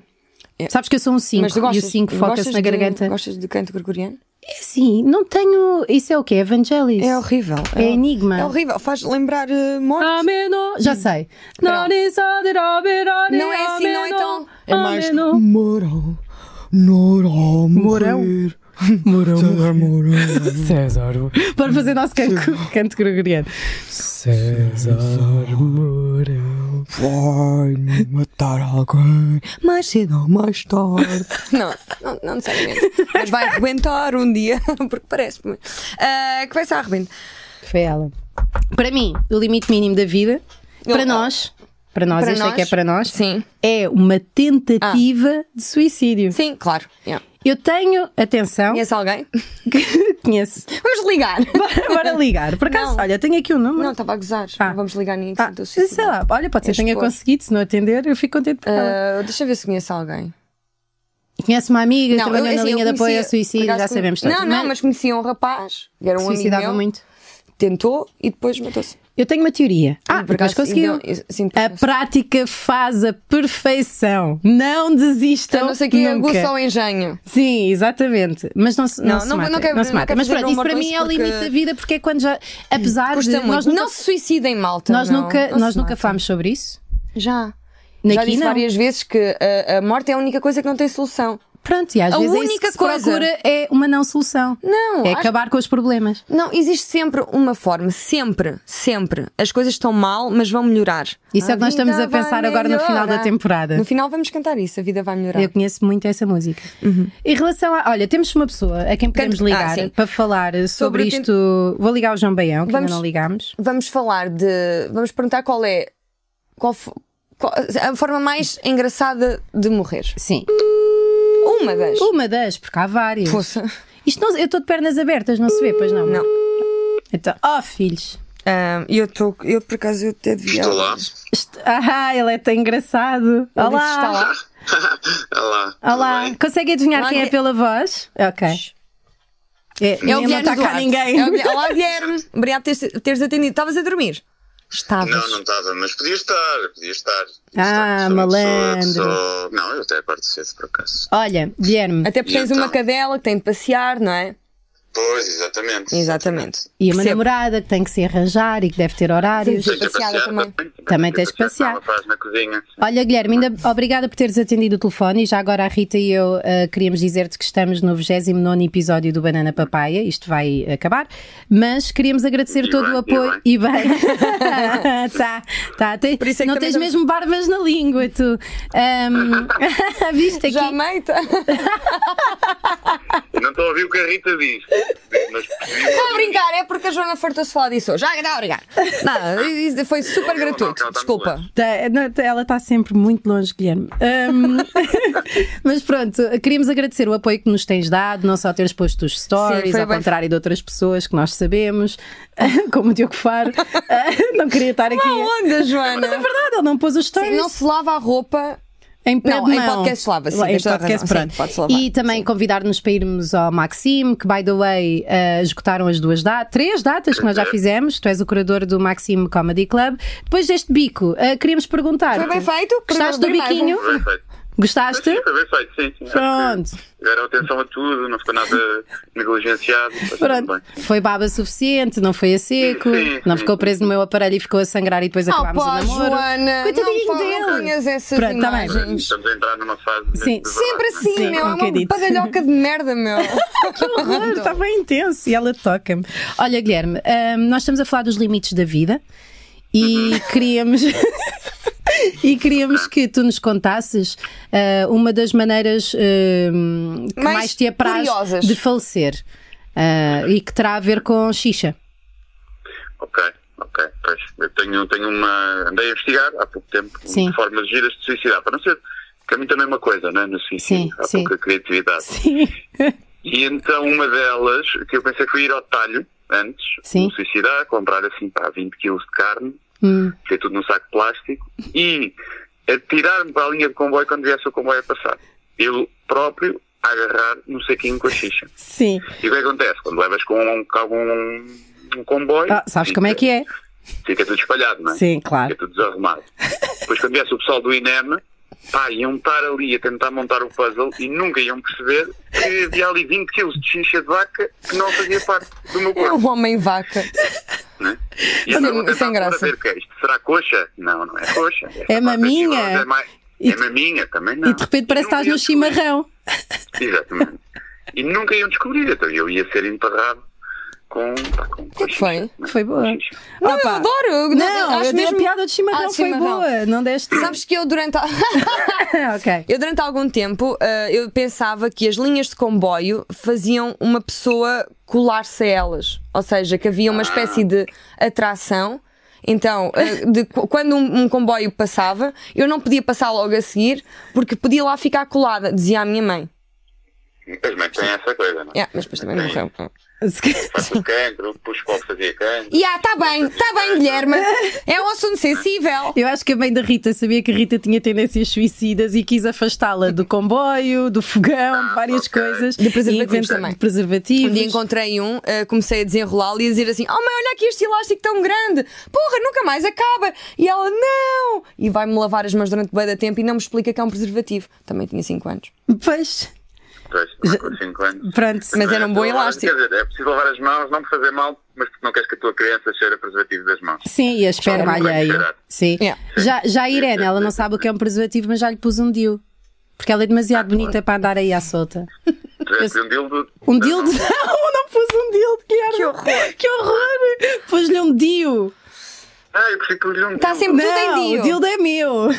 S1: É.
S2: Sabes que eu sou um 5
S1: Mas tu
S2: e o
S1: gostas,
S2: 5 foca-se
S1: gostas
S2: na
S1: de-
S2: garganta.
S1: Gostas de canto gregoriano?
S2: É assim, não tenho. Isso é o quê? Evangelis?
S1: É horrível.
S2: É enigma.
S1: É horrível. Faz lembrar eh, morte.
S2: Ah, Ameno. Já sei. Não é
S1: Não é assim,
S2: assim,
S1: não é tão. É mais.
S2: Ameno.
S6: Morou. Noró.
S2: Morão.
S7: (laughs)
S2: Morão.
S6: César Morão.
S7: César,
S2: Para fazer nosso canto, canto gregoriano.
S7: César Mourão.
S6: Vai me matar alguém. Mais cedo ou mais tarde.
S1: (laughs) Não, não, não necessariamente. Mas vai arrebentar um dia, (laughs) porque parece-me. Eh, que vai ser arrebentar.
S2: Foi ela. Para mim, o limite mínimo da vida,
S1: Não,
S2: para
S1: não.
S2: nós, para nós,
S1: Para
S2: este é
S1: nós?
S2: que é para nós,
S1: Sim.
S2: é uma tentativa
S1: Ah.
S2: de suicídio.
S1: Sim, claro. Yeah.
S2: Eu tenho, atenção,
S1: Conhece alguém?
S2: que (laughs) conheço.
S1: Vamos ligar.
S2: Bora, bora ligar. Por acaso,
S1: Não.
S2: olha, tenho aqui o número.
S1: Não, assim estava a gozar.
S2: Ah.
S1: Não Vamos ligar nisso.
S2: Ah, sei lá, olha, pode ser que tenha
S1: Expor.
S2: conseguido, se não atender, eu fico contente por
S1: Ah.
S2: ela.
S1: deixa eu ver se conheço alguém.
S2: Conhece uma amiga,
S1: Não,
S2: trabalha
S1: eu-
S2: na
S1: assim, eu
S2: linha de apoio ao
S1: conhecia-
S2: suicídio,
S1: por
S2: já
S1: acaso
S2: sabemos
S1: conhe-
S2: todos.
S1: Não, não, mas conhecia um rapaz, que era um amigo
S2: suicidava
S1: meu,
S2: muito.
S1: tentou e depois matou-se.
S2: Eu tenho uma teoria. Ah,
S1: Por
S2: mas
S1: acaso,
S2: conseguiu. Ah,
S1: e deu- e- sim,
S2: A
S1: depois-
S2: prática faz a perfeição. Não desistam.
S1: Eu não sei que é
S2: nunca.
S1: gosto ou engenho.
S2: Sim, exatamente. Mas não, se- não,
S1: Não,
S2: se
S1: não-
S2: mata.
S1: não quero-
S2: se
S1: não
S2: mata.
S1: quero
S2: Mas
S1: fazer um
S2: pronto, isso
S1: humor
S2: para
S1: com
S2: mim
S1: isso
S2: é o limite
S1: porque
S2: da vida, porque é quando já. Apesar
S1: Custa
S2: de.
S1: muito.
S2: Nós
S1: Não
S2: nunca,
S1: se suicidem, malta.
S2: nós
S1: não.
S2: nunca,
S1: Não
S2: nós
S1: se
S2: nunca
S1: matem.
S2: falámos sobre isso.
S1: Já. Já
S2: Naqui
S1: disse
S2: não.
S1: várias vezes que uh, a, morte é a única coisa que não tem solução.
S2: Pronto, e às
S1: A
S2: vezes é isso
S1: única
S2: que se
S1: coisa-
S2: procura é uma não solução.
S1: Não,
S2: É
S1: acho-
S2: acabar com os problemas.
S1: não, existe sempre uma forma, sempre, sempre. As coisas estão mal, mas vão melhorar.
S2: Isso é o que nós
S1: vida
S2: estamos a
S1: vai
S2: pensar agora no final da
S1: melhorar.
S2: temporada.
S1: No final vamos cantar isso, a vida vai melhorar.
S2: Eu conheço muito essa música. Em relação a. Olha, temos uma pessoa a quem podemos
S1: Quem- Uhum. ah,
S2: ligar
S1: sim.
S2: para falar sobre,
S1: Sobre o que-
S2: isto. Vou ligar ao João Baião, que
S1: Vamos-
S2: ainda não ligámos.
S1: Vamos falar de. Vamos perguntar qual é. Qual, fo- qual- a forma mais engraçada de morrer.
S2: Sim.
S1: Uma das.
S2: Uma das, porque há várias.
S1: Poça.
S2: Isto não, eu estou de pernas abertas, não se vê, pois não?
S1: Não.
S2: Então, oh, filhos.
S1: Ah, eu estou. Eu por acaso eu até devia.
S4: (laughs)
S8: Estou lá.
S2: Isto- ah, ele é tão engraçado.
S1: Ele disse que Está
S2: Olá.
S1: lá.
S8: Olá. tudo
S2: Olá.
S8: bem?
S2: Consegue adivinhar
S1: Olá,
S2: quem é
S1: Gui-
S2: pela voz? Ok. É,
S1: É o
S2: não
S1: Guilherme
S2: está cá
S1: Duarte.
S2: ninguém.
S1: É o Guilherme. Olá, Guilherme. Obrigado por teres, teres atendido. Estavas a dormir? Estavas.
S8: Não, não estava, mas podia estar, podia estar.
S2: Ah,
S8: Podia estar, sou uma pessoa que
S2: malandro.
S8: sou- Não, eu até acordo cedo, por acaso.
S2: Olha, Guilherme,
S1: Até porque
S8: E
S1: tens
S8: então?
S1: uma cadela que tem de passear, não é?
S8: Pois, exatamente.
S1: Exatamente.
S2: E uma
S1: Percebo.
S2: namorada que tem que se arranjar e que deve ter horários.
S1: Sim.
S8: Tens de
S1: Passeada
S8: passear
S1: também.
S2: Também tens de passear.
S8: Ela faz na cozinha.
S2: Olha, Guilherme, ainda obrigada por teres atendido o telefone. E já agora a Rita e eu ah, queríamos dizer-te que estamos no 29 episódio do Banana Papaya. Isto vai acabar. Mas queríamos agradecer
S8: E
S2: todo
S8: bem,
S2: o
S8: e
S2: apoio.
S8: bem.
S2: E bem. (laughs) tá, tá. Tem-
S1: Por isso é que
S2: não
S1: também
S2: tens
S1: estamos-
S2: mesmo barbas na língua, tu. Ahm, (laughs) viste aqui?
S1: Já meita.
S8: Não estou a ouvir o que a Rita diz. Mas
S2: Tá
S8: percebi uma-
S1: Estou a brincar, é porque a Joana fartou-se de falar disso hoje. Ah, não, obrigado. Nada, isso foi super
S8: Não, não,
S1: gratuito.
S8: não, tá
S1: Desculpa.
S8: muito
S2: Tá, não, tá, ela está sempre muito longe, Guilherme. Ahm, (laughs) mas pronto, queríamos agradecer o apoio que nos tens dado, não só teres posto os
S1: Sim,
S2: stories,
S1: foi
S2: ao
S1: bem-
S2: contrário de outras pessoas que nós sabemos, (laughs) como o Diogo Faro. Ah, não queria estar aqui.
S1: Não, onda, Joana.
S2: Mas é verdade, ele não pôs os
S1: Sim,
S2: stories
S1: não se lava a roupa.
S2: em pé
S1: Não,
S2: de
S1: em
S2: mão.
S1: podcast se lava, sim,
S2: Em
S1: tens toda a
S2: podcast,
S1: razão, sim,
S2: pronto.
S1: pode-se lavar,
S2: E também convidar-nos para irmos ao Maxime, que, by the way, eh, esgotaram as duas datas, três datas que nós já fizemos. Tu és o curador do Maxime Comedy Club. Depois deste bico, eh, queríamos perguntar.
S1: Foi bem feito.
S2: Gostaste do
S1: Primeiro-
S2: biquinho?
S8: Foi bem feito.
S2: Gostaste?
S8: Sim, foi bem feito, sim. sim.
S2: Pronto.
S8: Deram atenção a tudo, não ficou nada negligenciado. Foi tudo
S2: Pronto.
S8: bem.
S2: Foi baba suficiente, não foi a seco,
S8: Sim, sim,
S2: não
S8: sim.
S2: ficou preso no meu aparelho e ficou a sangrar e depois
S1: Ah,
S2: acabámos
S1: pá,
S2: o namoro. (laughs)
S1: Joana.
S2: Coitadinho
S1: não, fa-
S2: dele.
S1: Não ponhas essas
S2: Pronto, tá bem.
S1: imagens.
S8: Estamos a entrar numa fase. de-
S2: Sim,
S8: de
S1: Sempre
S8: verdade,
S1: assim,
S2: Sim,
S1: meu. É
S2: nunca
S1: uma
S2: dito.
S1: badalhoca de merda, meu.
S2: Horror, está Tá bem intenso e ela toca-me. Olha, Guilherme, hum, nós estamos a falar dos limites da vida
S8: Uhum.
S2: e queríamos. (laughs) E queríamos que tu nos contasses ah, uma das maneiras hum, que mais,
S1: Mais
S2: te apraz
S1: curiosas.
S2: de falecer ah, e que terá a ver com xixa.
S8: Ok, ok. Pois, eu tenho, tenho uma. Andei a investigar há pouco tempo
S2: Sim.
S8: formas giras de suicidar, para não ser. Porque a mim também é uma coisa, não é? No suicídio,
S2: Sim,
S8: há
S2: sim.
S8: pouca criatividade.
S2: Sim.
S8: E então uma delas, que eu pensei foi ir ao talho antes,
S2: Sim.
S8: me suicidar, comprar assim pá, 20 quilos de carne,
S2: Hum.
S8: ter tudo num saco de plástico e atirar-me para a linha de comboio quando viesse o comboio a passar. Eu próprio a agarrar no saquinho com a xixa.
S2: Sim.
S8: E o que acontece? Quando levas com um, com algum um comboio.
S2: Ah, sabes como é que é?
S8: Fica tudo espalhado, não é?
S2: Sim, claro.
S8: Fica
S2: (laughs)
S8: tudo desarrumado. Depois, quando viesse o pessoal do INEM, pá, iam estar ali a tentar montar o puzzle e nunca iam perceber que havia ali 20 quilos de xincha de vaca que não fazia parte do
S1: (laughs)
S8: meu
S1: É
S8: corpo.
S1: um homem vaca.
S8: Né? E
S1: Sem-
S8: andavam a tentar
S1: sem graça.
S8: saber o que é isto. Será coxa? Não, não é coxa. Esta
S2: É
S8: parte
S2: maminha?
S8: aqui, olha, É, mais-
S2: E
S8: é
S2: de-
S8: maminha também, não.
S2: E de repente parece que
S8: Nunca
S2: estás no
S8: iam descobrir.
S2: chimarrão.
S8: Exatamente. E nunca iam descobrir, então eu ia ser enterrado com. Pá, com com
S1: que foi?
S8: xincha, né?
S2: Foi boa.
S8: Com xincha.
S1: Não, eu adoro. eu-
S2: Não,
S1: acho
S2: eu dei
S1: mesmo...
S2: a piada de chimarrão,
S1: Ah, de
S2: foi
S1: chimarrão.
S2: boa. Não deste. (laughs)
S1: Sabes que eu durante. a- (laughs)
S2: ok.
S1: Eu durante algum tempo ah, eu pensava que as linhas de comboio faziam uma pessoa colar-se a elas, ou seja, que havia uma espécie de atração. Então, ah, de qu- quando um, um comboio passava, eu não podia passar logo a seguir porque podia lá ficar colada, dizia a minha mãe.
S8: Mas mas tem essa coisa, não é?
S1: Yeah, mas depois também morreu.
S2: Se ca-
S8: Faz
S2: (laughs)
S8: o cancro, puxa o que fazia cancro.
S1: E ah, tá bem, tá bem, Guilherme. É um assunto sensível.
S2: Eu acho que a mãe da Rita sabia que a Rita tinha tendências suicidas e quis afastá-la do comboio, do fogão, de várias
S8: ok.
S2: coisas.
S1: De preservativos
S2: E inventa-
S1: também.
S2: De preservativos.
S1: Um dia encontrei um, eh, comecei a desenrolá-lo e a dizer assim: Oh, mãe, olha aqui este elástico tão grande, porra, nunca mais acaba. E ela, não! E vai-me lavar as mãos durante bem da tempo e não me explica que é um preservativo. Também tinha 5 anos.
S2: Pois,
S8: Pois, com cinco anos.
S2: pronto.
S1: Mas era um bom
S8: Lavar-
S1: elástico.
S8: Quer dizer, é preciso lavar as mãos, não me fazer mal, mas porque não queres que a tua criança cheire a preservativo das mãos.
S2: Sim, e a esperma
S8: Era um
S2: alheia.
S8: bem
S2: Sim.
S1: Yeah.
S2: Já, já a Irene, ela não sabe o que é um preservativo, mas já lhe pus um DIU. Porque ela é
S1: Ah,
S2: demasiado bonita para andar aí à solta.
S8: Tiveste um dildo.
S2: Um dildo? (laughs) Não, não pus um dildo, Guilherme. Que horror. Que horror. Pus-lhe um DIU.
S8: Ah, eu prefiro que lhe um
S1: Está
S8: dildo.
S1: Tá sempre tudo
S2: não,
S1: em
S2: o
S1: dia.
S2: dildo é meu.
S8: Ok,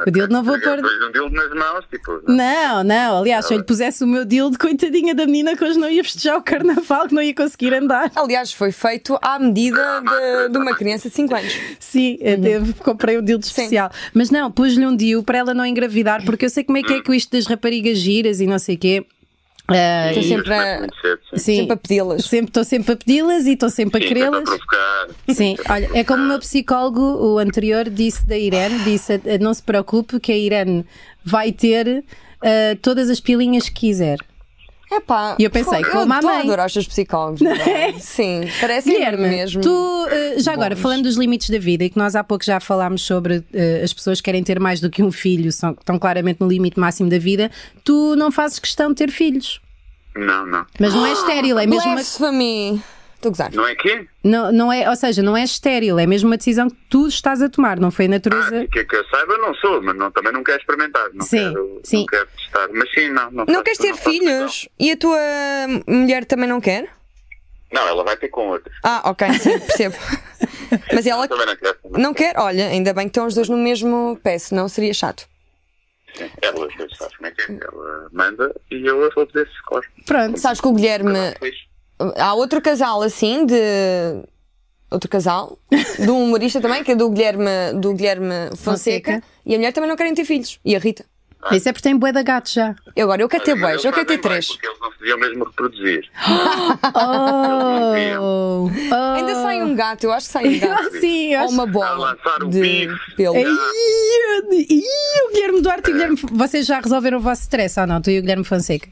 S8: ok.
S2: dildo não vou
S8: Porque eu
S2: pôr-
S8: pus um dildo nas mãos, tipo.
S2: Não, não. Aliás, se eu lhe pusesse o meu dildo, coitadinha da menina que hoje não ia festejar o carnaval, que não ia conseguir andar.
S1: Aliás, foi feito à medida de, de uma criança de 5 anos.
S2: Sim,
S1: Uhum.
S2: eu devo- comprei um dildo especial. Mas não, pus-lhe um DIU para ela não engravidar, porque eu sei como é que é com isto das raparigas giras e não sei o quê. Ah,
S1: Estou
S8: Sim,
S1: tá sempre
S8: mas
S1: a-
S8: é muito cedo, sim.
S2: sim.
S1: Sempre a pedi-las.
S2: Sempre estou sempre a pedi-las e estou sempre a
S8: Sim, sempre a
S2: querê-las.
S8: provocar.
S2: Sim, olha, é como o meu psicólogo, o anterior, disse da Irene, disse, "Ah, não se preocupe que a Irene vai ter ah, todas as pilinhas que quiser.
S1: É pá.
S2: E eu pensei,
S1: pô, eu
S2: como a
S1: adoro-
S2: mãe.
S1: adoro os seus psicólogos.
S2: (laughs)
S1: verdade. Sim, parece
S2: Guilherme,
S1: mesmo.
S2: tu eh, já agora, falando dos limites da vida, e que nós há pouco já falámos sobre eh, as pessoas que querem ter mais do que um filho, são, estão claramente no limite máximo da vida, tu não fazes questão de ter filhos.
S8: Não, não.
S2: Mas não é estéril,
S1: (gasps)
S2: é mesmo uma,
S1: Blasphemy. Estou a gozar.
S8: Não é quê?
S2: não, não é, ou seja, não é estéril, é mesmo uma decisão que tu estás a tomar, não foi a
S8: Ah,
S2: natureza.
S8: que, que eu saiba, não sou, mas não, também não quero experimentar. Não
S2: Sim,
S8: quero,
S2: sim.
S8: Não quero testar. Mas sim, não. Não,
S1: Não
S8: faço-
S1: queres ter
S8: faço
S1: filhos? E a tua mulher também não quer?
S8: questão. Não, ela vai ter com outro.
S1: Ah, ok, sim,
S8: (laughs)
S1: percebo. Mas ela
S8: Também não quero.
S1: não quer? Olha, ainda bem que estão os dois no mesmo pé, senão seria chato.
S8: Sim, Ela, tu sabes como é que é? Ela manda e eu vou poder se corre.
S2: Pronto,
S1: Sabes que o Guilherme.
S8: Fixe.
S1: Há outro casal assim de. Outro casal, de um humorista também, que é do Guilherme, do Guilherme Fonseca,
S2: Fonseca.
S1: e a mulher também não querem ter filhos. E a Rita.
S2: isso é porque tem bué de gato já.
S1: E agora, eu quero ter
S8: Mas
S1: bois,
S8: eles
S1: eu quero ter
S8: fazem bem,
S1: é três.
S8: Porque eles não se deviam mesmo reproduzir.
S2: Oh, oh.
S1: Ainda sai um gato, eu acho que sai um gato.
S2: Sim, (laughs) eu
S1: Ou
S2: acho.
S1: uma
S8: A
S1: bola
S8: lançar o
S1: de
S8: bife.
S1: pelo.
S2: Ih, ih, o Guilherme Duarte e o Guilherme. Vocês já resolveram o vosso stress ou não? Tu e o Guilherme Fonseca.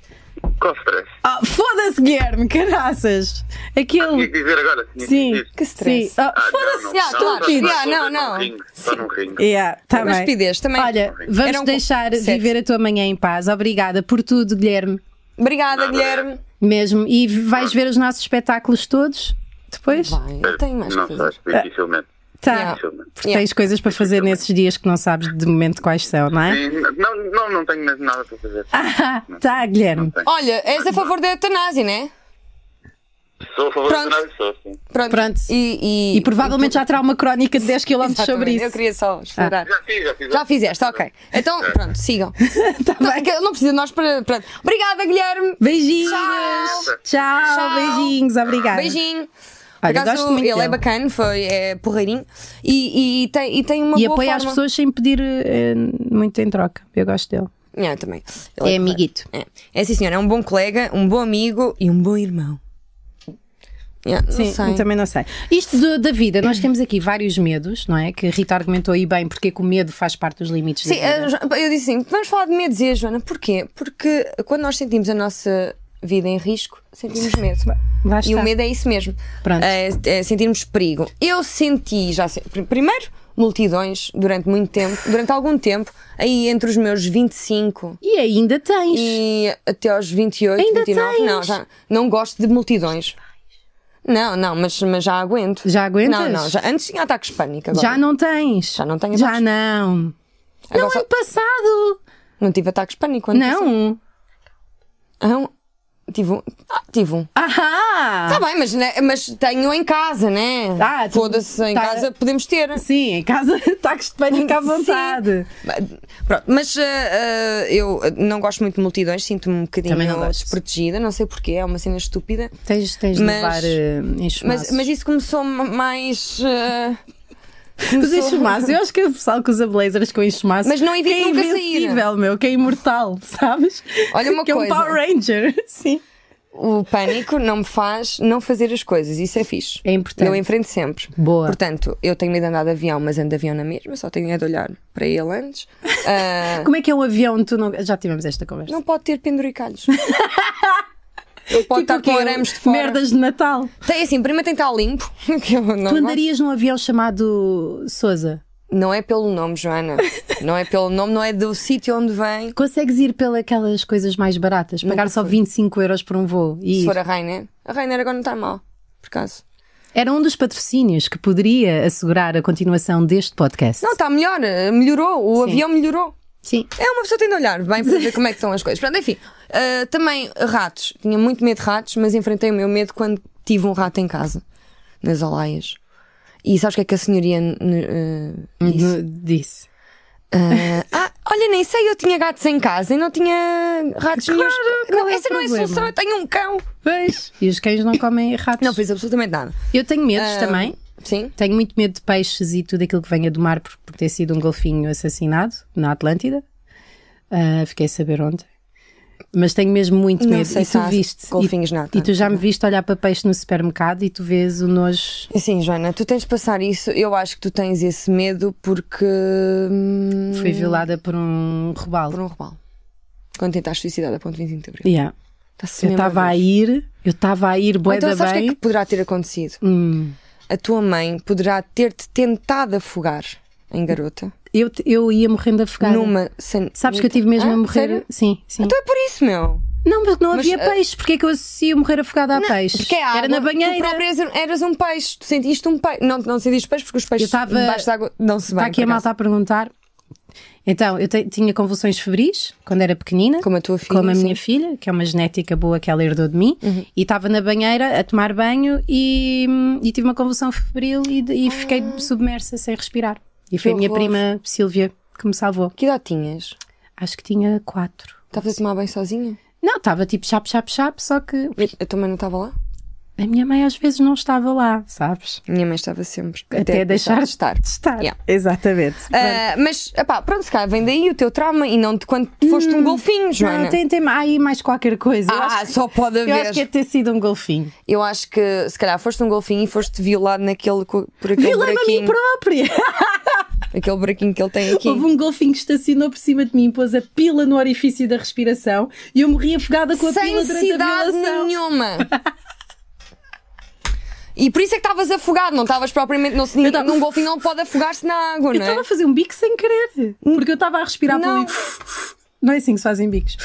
S8: Qual stress?
S2: Ah, foda-se, Guilherme, caraças!
S8: Tinha
S1: Hum.
S2: Aquele.
S8: que dizer agora. tinha que
S2: Sim,
S8: dizer.
S1: Ah, Que stress.
S2: sim. Ah,
S8: Ah, não, não,
S2: foda-se,
S1: Yeah, claro.
S2: estúpido!
S1: Yeah, não,
S8: Só num
S1: não.
S8: ringue, Só num ringue.
S2: Yeah, tá
S1: Uma
S2: bem.
S1: estupidez também.
S2: Olha, vamos
S1: Era um co-
S2: deixar
S1: Certo.
S2: viver a tua manhã em paz. Obrigada por tudo, Guilherme.
S1: Obrigada,
S8: Nada,
S1: Guilherme.
S2: Mesmo. E vais ver os nossos espetáculos todos depois?
S1: Vai, eu tenho mais
S8: Não
S1: que fazer.
S8: sei, dificilmente.
S2: Tá.
S1: Yeah.
S8: dificilmente.
S2: Porque tens coisas para fazer nesses dias que não sabes de momento quais são,
S1: Ah.
S2: não é?
S8: Sim, Não, não, não tenho mesmo nada para fazer.
S2: Ah, (laughs) tá, Guilherme.
S8: tenho.
S1: Olha, és a favor da eutanásia, né?
S8: Sou a favor
S1: Pronto.
S8: de nada, sou sim.
S1: Pronto.
S2: Pronto.
S1: E, e...
S2: E provavelmente já terá uma crónica de 10 km
S1: Exatamente,
S2: sobre isso.
S1: Eu queria só explorar.
S8: Já fiz, já fiz.
S1: Já fizeste, ok. Então, pronto,
S2: (laughs)
S1: sigam.
S2: Tá
S1: Não, é que eu não precisa de nós para. Pronto. Obrigada, Guilherme.
S2: Beijinhos!
S1: Tchau.
S2: Tchau, beijinhos, obrigada.
S1: Beijinho. Por
S2: Olha,
S1: acaso,
S2: gosto muito
S1: ele é
S2: dele.
S1: bacana, foi, é porreirinho e, e tem, e tem uma
S2: E
S1: boa
S2: apoia as
S1: forma.
S2: pessoas sem pedir eh, muito em troca. Eu gosto dele.
S1: É, eu também. Ele
S2: É
S1: porreiro.
S2: amiguito.
S1: É. é sim, senhora, é um bom colega, um bom amigo e um bom irmão. Yeah, não
S2: Sim, um
S1: sei.
S2: eu também não sei. Isto do- da vida, nós temos aqui vários medos, não é? Que a Rita argumentou aí bem porque é que o medo faz parte dos limites
S1: Sim,
S2: da vida.
S1: a Jo- eu disse assim: vamos falar de medos e a Joana. Porquê? Porque quando nós sentimos a nossa vida em risco, sentimos medo.
S2: Lá
S1: E
S2: está.
S1: o medo é isso mesmo.
S2: Pronto.
S1: É, é sentirmos perigo. Eu senti já. se- pr- Primeiro, multidões durante muito tempo, durante algum tempo, aí entre os meus 25
S2: E ainda tens.
S1: e até aos 28,
S2: Ainda
S1: 29. Não,
S2: tens?
S1: já não gosto de multidões. Não, não, mas, mas já aguento.
S2: Já aguentas?
S1: Não, não, já, antes tinha ataques de pânico. Agora.
S2: Já não tens.
S1: Já não tenho
S2: Já
S1: ataques.
S2: não.
S1: Agora
S2: não
S1: só-
S2: é passado.
S1: não tive ataques de pânico. ano passado.
S2: Não.
S1: Ah, um- tive um. Ah, tive um.
S2: Ahá!
S1: Tá bem, mas, né, mas tenho em casa, né?
S2: Ah, tu-
S1: Foda-se, em
S2: tá-
S1: casa podemos ter.
S2: Sim, em casa (laughs) ataques de pânico à vontade.
S1: Pronto, mas ah, ah, eu não gosto muito de multidões, sinto-me um
S2: Também não
S1: bocadinho
S2: gosto.
S1: desprotegida, não sei porquê, é uma cena estúpida.
S2: Tens, tens
S1: Mas-
S2: de levar eh,
S1: Mas,
S2: enxumaços.
S1: mas isso começou m- mais. ah,
S2: Os enxumaços, eu acho que o pessoal que usa blazers com enxumaços.
S1: Mas não evito
S2: que é
S1: nunca
S2: invencível, meu, que é imortal, (laughs) sabes?
S1: Olha uma
S2: que
S1: coisa.
S2: é um Power Ranger, (laughs) sim.
S1: o pânico não me faz não fazer as coisas, isso é fixe.
S2: É importante.
S1: Eu enfrento sempre.
S2: Boa.
S1: Portanto, eu tenho medo de andar de avião, mas ando de avião na mesma, só tenho é de olhar para ele
S2: (laughs)
S1: antes. Ah,
S2: Como é que é um avião? Tu não... Já tivemos esta conversa.
S1: não pode ter penduricalhos. (laughs) Ele pode estar
S2: Tipo o quê?
S1: com arames de fora.
S2: Merdas de Natal.
S1: Tem assim, primeiro tem que estar limpo. (laughs) que é eu não
S2: tu
S1: gosto.
S2: andarias num avião chamado Sousa.
S1: Não é pelo nome, Joana. Não é pelo nome, não é do sítio onde vem.
S2: Consegues ir pelas coisas mais baratas? Pagar só 25 euros por um voo. E
S1: Se
S2: ir.
S1: for a Rainer. A Rainer agora não está mal, por acaso.
S2: Era um dos patrocínios que poderia assegurar a continuação deste podcast.
S1: Não, está melhor. eh, Melhorou. O
S2: Sim.
S1: avião melhorou.
S2: Sim.
S1: É uma pessoa tem de olhar bem para ver como é que estão as coisas. Pronto, enfim. Ah, também ratos. Tinha muito medo de ratos, mas enfrentei o meu medo quando tive um rato em casa, nas alaias. E sabes o que é que a senhoria eh, disse?
S2: N- Disse.
S1: Ah, olha, nem sei, eu tinha gatos em casa e não tinha ratos claro,
S2: qual é o
S1: Essa não é
S2: problema?
S1: solução, eu tenho um cão.
S2: Pois. E os cães não comem (laughs) ratos.
S1: Não Ah. fiz absolutamente nada.
S2: Eu tenho medos também.
S1: Sim?
S2: Tenho muito medo de peixes e tudo aquilo que venha do mar por, por ter sido um golfinho assassinado na Atlântida. Ah, fiquei a saber ontem. Mas tenho mesmo muito
S1: Não
S2: medo.
S1: sei
S2: e
S1: se
S2: tu
S1: há
S2: viste.
S1: golfinhos
S2: e,
S1: na
S2: e tu já me
S1: Atlântida.
S2: viste olhar para peixe no supermercado e tu vês o nojo.
S1: Sim, Joana, tu tens de passar isso. Eu acho que tu tens esse medo porque. hum,
S2: Fui violada por um robalo.
S1: Por um robalo. Quando tentaste suicidar da ponte 25 um de abril.
S2: Yeah.
S1: Está-se
S2: Eu
S1: mesmo
S2: estava a
S1: ver.
S2: ir, eu estava a ir
S1: Ou
S2: bué
S1: Então,
S2: da
S1: sabes o que é
S2: bem.
S1: que poderá ter acontecido?
S2: Hum.
S1: A tua mãe poderá ter-te tentado afogar em garota
S2: eu, eu ia morrendo afogada.
S1: numa. san-
S2: Sabes que eu tive mesmo
S1: Ah,
S2: a morrer.
S1: sério?
S2: Sim, sim.
S1: Então é por isso, meu.
S2: Não, porque não
S1: Mas,
S2: havia
S1: ah,
S2: peixe. Porquê é que eu associo morrer afogada a peixe?
S1: Porque é água.
S2: Era na
S1: Tu
S2: banheira.
S1: próprio eras, eras um peixe. Tu sentiste um peixe. Não, não sentiste peixe porque os peixes
S2: Eu tava-
S1: debaixo de água não se bem.
S2: Está aqui a
S1: por acaso.
S2: malta a perguntar. Então, eu te- tinha convulsões febris quando era pequenina.
S1: Como a tua filha,
S2: Como a
S1: sim. Uhum.
S2: minha filha, que é uma genética boa que ela herdou de mim. E estava na banheira a tomar banho e, e tive uma convulsão febril e, e fiquei submersa sem respirar. E foi a minha
S1: Ah. horror.
S2: prima Silvia que me salvou.
S1: Que idade tinhas?
S2: Acho que tinha quatro.
S1: Estavas a tomar banho sozinha?
S2: Não, estava tipo chap, chap, chap, só que
S1: Eu, eu também não estava lá?
S2: a minha mãe às vezes não estava lá, sabes?
S1: Minha mãe estava sempre.
S2: Até, deixar
S1: de estar.
S2: De estar.
S1: Yeah.
S2: Exatamente.
S1: Ah, mas, epá, pronto, se calhar vem daí o teu trauma e não de quando foste um golfinho, Joana.
S2: Hum. Não, Ah, tem, tem há aí mais qualquer coisa. Eu
S1: Ah,
S2: acho que-
S1: só pode haver.
S2: Eu acho que é ter sido um golfinho.
S1: que se calhar foste um golfinho e foste violado naquele, co- por aquele
S2: Violei-me a mim
S1: Um buraquinho.
S2: própria!
S1: Aquele buraquinho que ele tem aqui.
S2: Houve um golfinho que estacionou por cima de mim, pôs a pila no orifício da respiração e eu morri afogada com a
S1: Sem
S2: pila durante a
S1: necessidade
S2: violação.
S1: nenhuma. E por isso é que estavas afogado, não estavas propriamente. Não, se-
S2: Eu tava-
S1: Num golfinho não pode afogar-se na água,
S2: Eu
S1: não
S2: estava
S1: é?
S2: a fazer um bico sem querer, porque eu estava a respirar
S1: Não.
S2: pelo. Não é assim que se fazem bicos.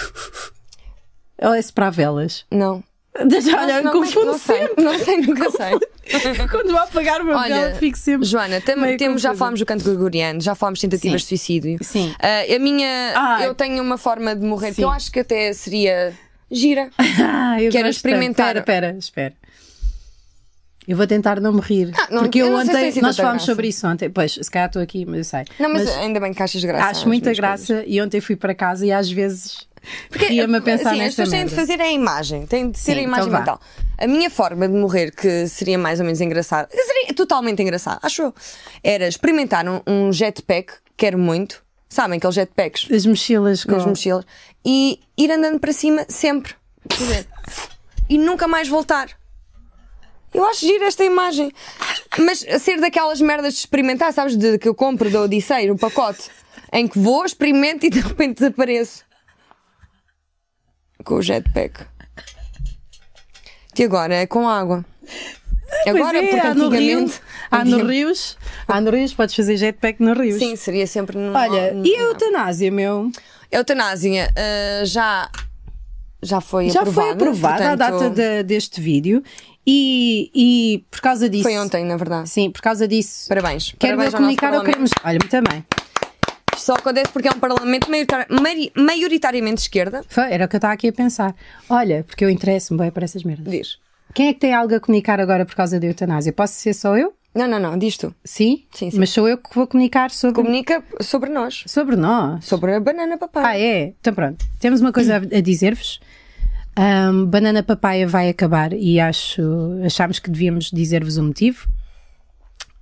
S2: Ou é para velas.
S1: Não.
S2: Deixa, olha,
S1: não, sei,
S2: confundo
S1: não sei,
S2: sempre.
S1: não sei, nunca sei.
S2: Quando vou apagar o meu
S1: Olha,
S2: vela, fico sempre.
S1: Joana, tem-
S2: meio
S1: temos, já
S2: confusa.
S1: falámos do canto gregoriano, já falámos de tentativas de suicídio.
S2: Sim.
S1: Ah, a minha.
S2: Ai.
S1: Eu tenho uma forma de morrer que
S2: Sim.
S1: eu acho que até seria gira.
S2: Ah, eu
S1: Quero
S2: gosto
S1: experimentar.
S2: tanto. Espera, espera, espera. Eu vou tentar não morrer.
S1: Ah, não-
S2: porque
S1: eu
S2: eu
S1: não sei se é
S2: ontem.
S1: assim
S2: nós
S1: tanta
S2: falámos
S1: graça.
S2: sobre isso ontem. Pois, se calhar estou aqui, mas eu sei.
S1: Não, mas, ainda bem que achas graça. às
S2: acho muita
S1: minhas
S2: graça
S1: coisas.
S2: e ontem fui para casa e às vezes ria-me a
S1: Porque,
S2: pensar
S1: assim, as
S2: nesta
S1: pessoas têm de
S2: merda.
S1: fazer a imagem, têm de ser
S2: Sim,
S1: a imagem
S2: então vá.
S1: mental. A minha forma de morrer, que seria mais ou menos engraçada, que seria totalmente engraçada, acho eu, era experimentar um, um jetpack, quero muito, sabem aqueles jetpacks
S2: As mochilas com...
S1: nas mochilas, e ir andando para cima sempre. Quer dizer, e nunca mais voltar. Eu acho giro esta imagem. Mas ser daquelas merdas de experimentar, sabes, de, que eu compro da Odisseia, o pacote, em que vou, experimento e de repente desapareço. Com o jetpack. E agora é com água.
S2: Pois
S1: Agora,
S2: é,
S1: porque
S2: há no rio,
S1: antigamente.
S2: há no rios, há no rios, podes fazer jetpack no rios.
S1: Sim, seria sempre no.
S2: Olha,
S1: no-
S2: e a eutanásia, meu?
S1: Eutanásia ah, já, já foi
S2: Já
S1: aprovada.
S2: foi aprovada a
S1: portanto,
S2: data da- deste vídeo e, e por causa disso...
S1: Foi ontem, na verdade.
S2: Sim, por causa disso...
S1: Parabéns. Parabéns
S2: Quero me
S1: ao nosso
S2: comunicar ao
S1: Parlamento.
S2: queremos... Olha, muito bem.
S1: Só acontece porque é um parlamento maioritar- mari- maioritariamente de esquerda.
S2: Foi, Era o que eu estava aqui a pensar. Olha, porque eu interesso-me bem para essas merdas.
S1: Diz.
S2: Quem é que tem algo a comunicar agora por causa da eutanásia? Posso ser só eu?
S1: Não, não, não, diz tu.
S2: Sim?
S1: Sim, sim.
S2: Mas sou eu que vou comunicar sobre,
S1: Comunica sobre nós.
S2: sobre nós.
S1: Sobre a banana papai.
S2: Ah, é? Então pronto. Temos uma coisa a, a dizer-vos. Ahm, Banana Papaya vai acabar e acho, achámos que devíamos dizer-vos o motivo.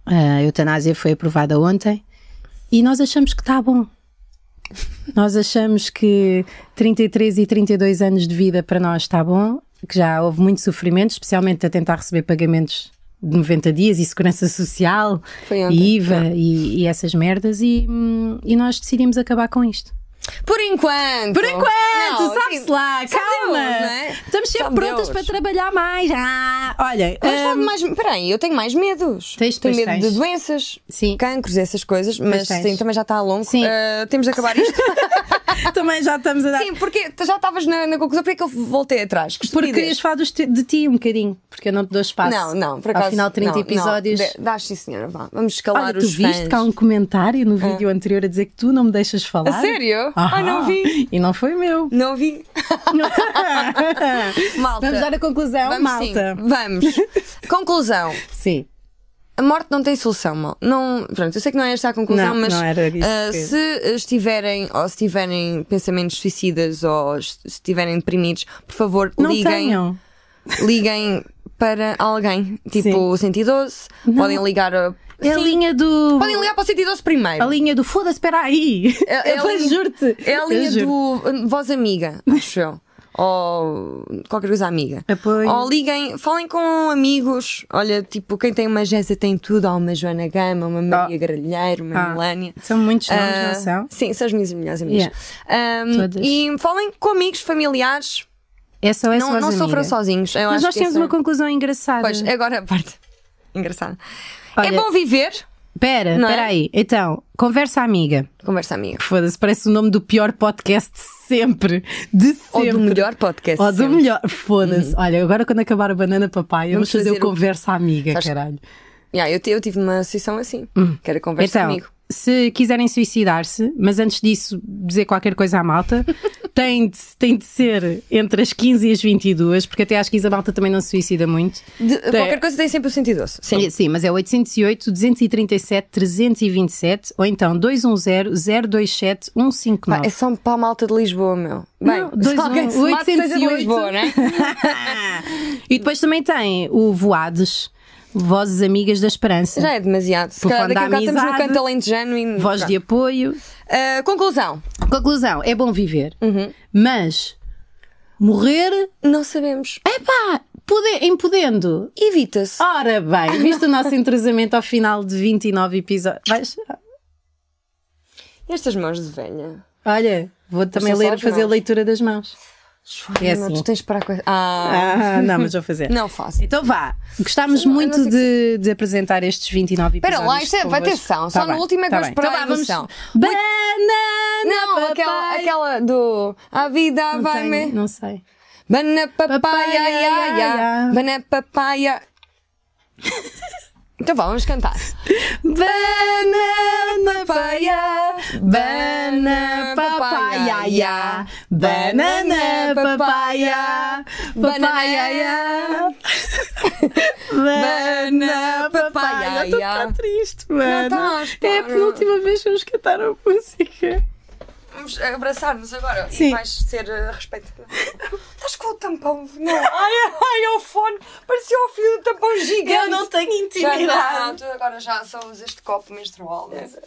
S2: Ah, A eutanásia foi aprovada ontem e nós achamos que está bom. Nós achamos que 33 e 32 anos de vida para nós está bom, que já houve muito sofrimento, especialmente a tentar receber pagamentos de 90 dias e segurança social
S1: Foi ontem.
S2: e IVA e, e essas merdas e, hum, e nós decidimos acabar com isto.
S1: Por enquanto.
S2: Por enquanto,
S1: Não,
S2: sabe-se
S1: assim,
S2: lá,
S1: só
S2: calma.
S1: Deus, não é?
S2: Estamos sempre
S1: Só Deus.
S2: prontas para trabalhar mais. Ah, olha,
S1: Mas
S2: hum,
S1: sabe mais. Peraí, eu tenho mais medos.
S2: Tens,
S1: tenho
S2: pois
S1: medo
S2: tens.
S1: de doenças,
S2: Sim.
S1: cancros, essas coisas, mas
S2: tens.
S1: sim, também já está a longo.
S2: Sim.
S1: Ah, temos de acabar
S2: (laughs)
S1: isto.
S2: (laughs) também já estamos a dar.
S1: sim, porque tu já estavas na, na conclusão, porque é que eu voltei atrás? Que
S2: porque
S1: estupidez.
S2: querias falar dos te- de ti um bocadinho, porque eu não te dou espaço.
S1: Não, não, por
S2: Ao
S1: acaso.
S2: final de 30
S1: não, não.
S2: episódios.
S1: De- Dá sim, senhora, vá. Vamos escalar
S2: Olha, tu
S1: os
S2: viste
S1: fãs. Ah.
S2: que há um comentário no vídeo anterior a dizer que tu não me deixas falar?
S1: A sério? Ah, não vi.
S2: E não
S1: (laughs)
S2: foi meu.
S1: Não vi. Malta.
S2: Vamos dar a conclusão,
S1: Vamos
S2: malta.
S1: sim,
S2: (laughs)
S1: vamos. Conclusão.
S2: Sim.
S1: A morte não tem solução, mal. Não, pronto, eu sei que não é esta a conclusão,
S2: Não,
S1: mas
S2: não era isso
S1: ah,
S2: que-
S1: se estiverem ou se tiverem pensamentos suicidas ou se estiverem deprimidos, por favor,
S2: Não
S1: liguem,
S2: tenham.
S1: liguem para alguém, tipo
S2: Sim.
S1: o 112, podem ligar a
S2: É a
S1: Sim,
S2: linha do.
S1: Podem ligar para o 112 primeiro.
S2: A linha do foda-se, espera aí.
S1: É- é a
S2: eu
S1: linha-
S2: juro-te.
S1: É a
S2: Eu
S1: linha
S2: juro.
S1: do hum, Voz Amiga, acho eu. Ou qualquer coisa amiga.
S2: Apoio.
S1: Ou liguem, falem com amigos. Olha, tipo, quem tem uma Jéssica tem tudo. Há uma Joana Gama, uma Maria Gralheiro, uma
S2: Ah,
S1: Melânia.
S2: São muitos nomes,
S1: Ah,
S2: não são?
S1: Sim, são as minhas melhores amigas. Ahm,
S2: Todas.
S1: e falem com amigos, familiares.
S2: É só essa
S1: não não sofram sozinhos. Eu
S2: Mas
S1: acho
S2: nós
S1: que
S2: temos
S1: isso é-
S2: uma conclusão engraçada.
S1: Pois, agora a parte (laughs) engraçada.
S2: Olha-
S1: é bom viver.
S2: Pera,
S1: Não é?
S2: pera aí. Então, conversa amiga.
S1: Conversa amiga.
S2: Foda-se, parece o nome do pior podcast de sempre. De
S1: Ou
S2: sempre.
S1: do melhor podcast.
S2: Ou do
S1: sempre. Uhum.
S2: melhor. Foda-se. Olha, agora quando acabar a banana papai,
S1: Vamos
S2: vamos, fazer, o
S1: fazer o-
S2: conversa amiga,
S1: Sabes-
S2: caralho.
S1: Yeah, eu, ti- eu tive uma sessão assim, que era conversa
S2: Então,
S1: comigo.
S2: se quiserem suicidar-se, mas antes disso dizer qualquer coisa
S1: (laughs)
S2: à malta, tem de, tem de ser entre as 15 e as 22, porque até às 15 a malta também não se suicida muito.
S1: De-
S2: tem-
S1: Qualquer coisa tem sempre o sentido doce. Sim.
S2: Sim, mas é 808 237 327 ou então 210 027
S1: Pá, é
S2: 159.
S1: só para a malta de Lisboa, meu. Bem,
S2: Não, dois
S1: se alguém
S2: um,
S1: se mate, seja de
S2: 808.
S1: Lisboa,
S2: (laughs)
S1: né?
S2: e depois também tem o Voades, Vozes Amigas da Esperança.
S1: Já é demasiado. Se
S2: Por
S1: calhar
S2: fã da
S1: daqui a bocado estamos no
S2: amizade,
S1: canto alentejano e.
S2: Voz de apoio.
S1: Ah, conclusão.
S2: Conclusão, é bom viver.
S1: Uhum.
S2: Mas morrer,
S1: Não sabemos.
S2: É? epá, poder, em podendo.
S1: Evita-se.
S2: Ora bem, visto o nosso entrosamento ao final de 29 episódios. Vais?
S1: Estas mãos de velha.
S2: Olha, vou também
S1: são só
S2: ler,
S1: as
S2: fazer a
S1: mãos.
S2: leitura das mãos.
S1: Ai,
S2: É
S1: não,
S2: assim.
S1: tu tens de parar com. a- Ah,
S2: Ah, não, mas vou fazer.
S1: não faço.
S2: Então vá, gostámos muito de, de apresentar estes 29 episódios.
S1: Espera lá, isto é, vai ter
S2: convosco.
S1: sessão.
S2: Tá
S1: Só no
S2: bem,
S1: último é que
S2: tá
S1: vamos
S2: bem.
S1: parar
S2: Então
S1: a
S2: vá, vamos-
S1: emoção.
S2: Banana!
S1: Não, aquela,
S2: papai.
S1: aquela do. A vida
S2: Não
S1: vai-me.
S2: tenho, Não sei.
S1: Bana papaya,
S2: Papaya,
S1: ya, ya.
S2: ya, ya.
S1: Bana papaya. (laughs) então vá, vamos cantar.
S2: Banana
S1: Papaya,
S2: Banana papaya, ya. banana papaya, papaya, ya. banana papaya.
S1: Papaya, ya.
S2: Estou triste, mano.
S1: estás, pá,
S2: é a
S1: não.
S2: penúltima vez que vamos cantar a música.
S1: Vamos abraçar-nos agora
S2: Sim.
S1: e vais ser uh, respeitada. Estás com o tampão, não? Ai, ai, é o fone. Parecia o fio do tampão gigante.
S2: Eu não tenho
S1: Já
S2: intimidade.
S1: não, tu agora já só usas este copo menstrual. é? Mas...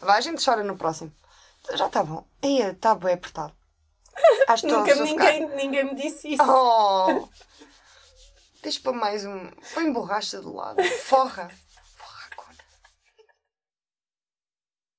S1: Vai, a gente chora no próximo. Já está bom. Aí está bem é, tá apertado. Acho que
S2: (laughs) Nunca
S1: todas vão
S2: ninguém, ninguém me disse
S1: ficar-
S2: isso.
S1: Oh! Deixa para mais um. Põe borracha do lado. Forra.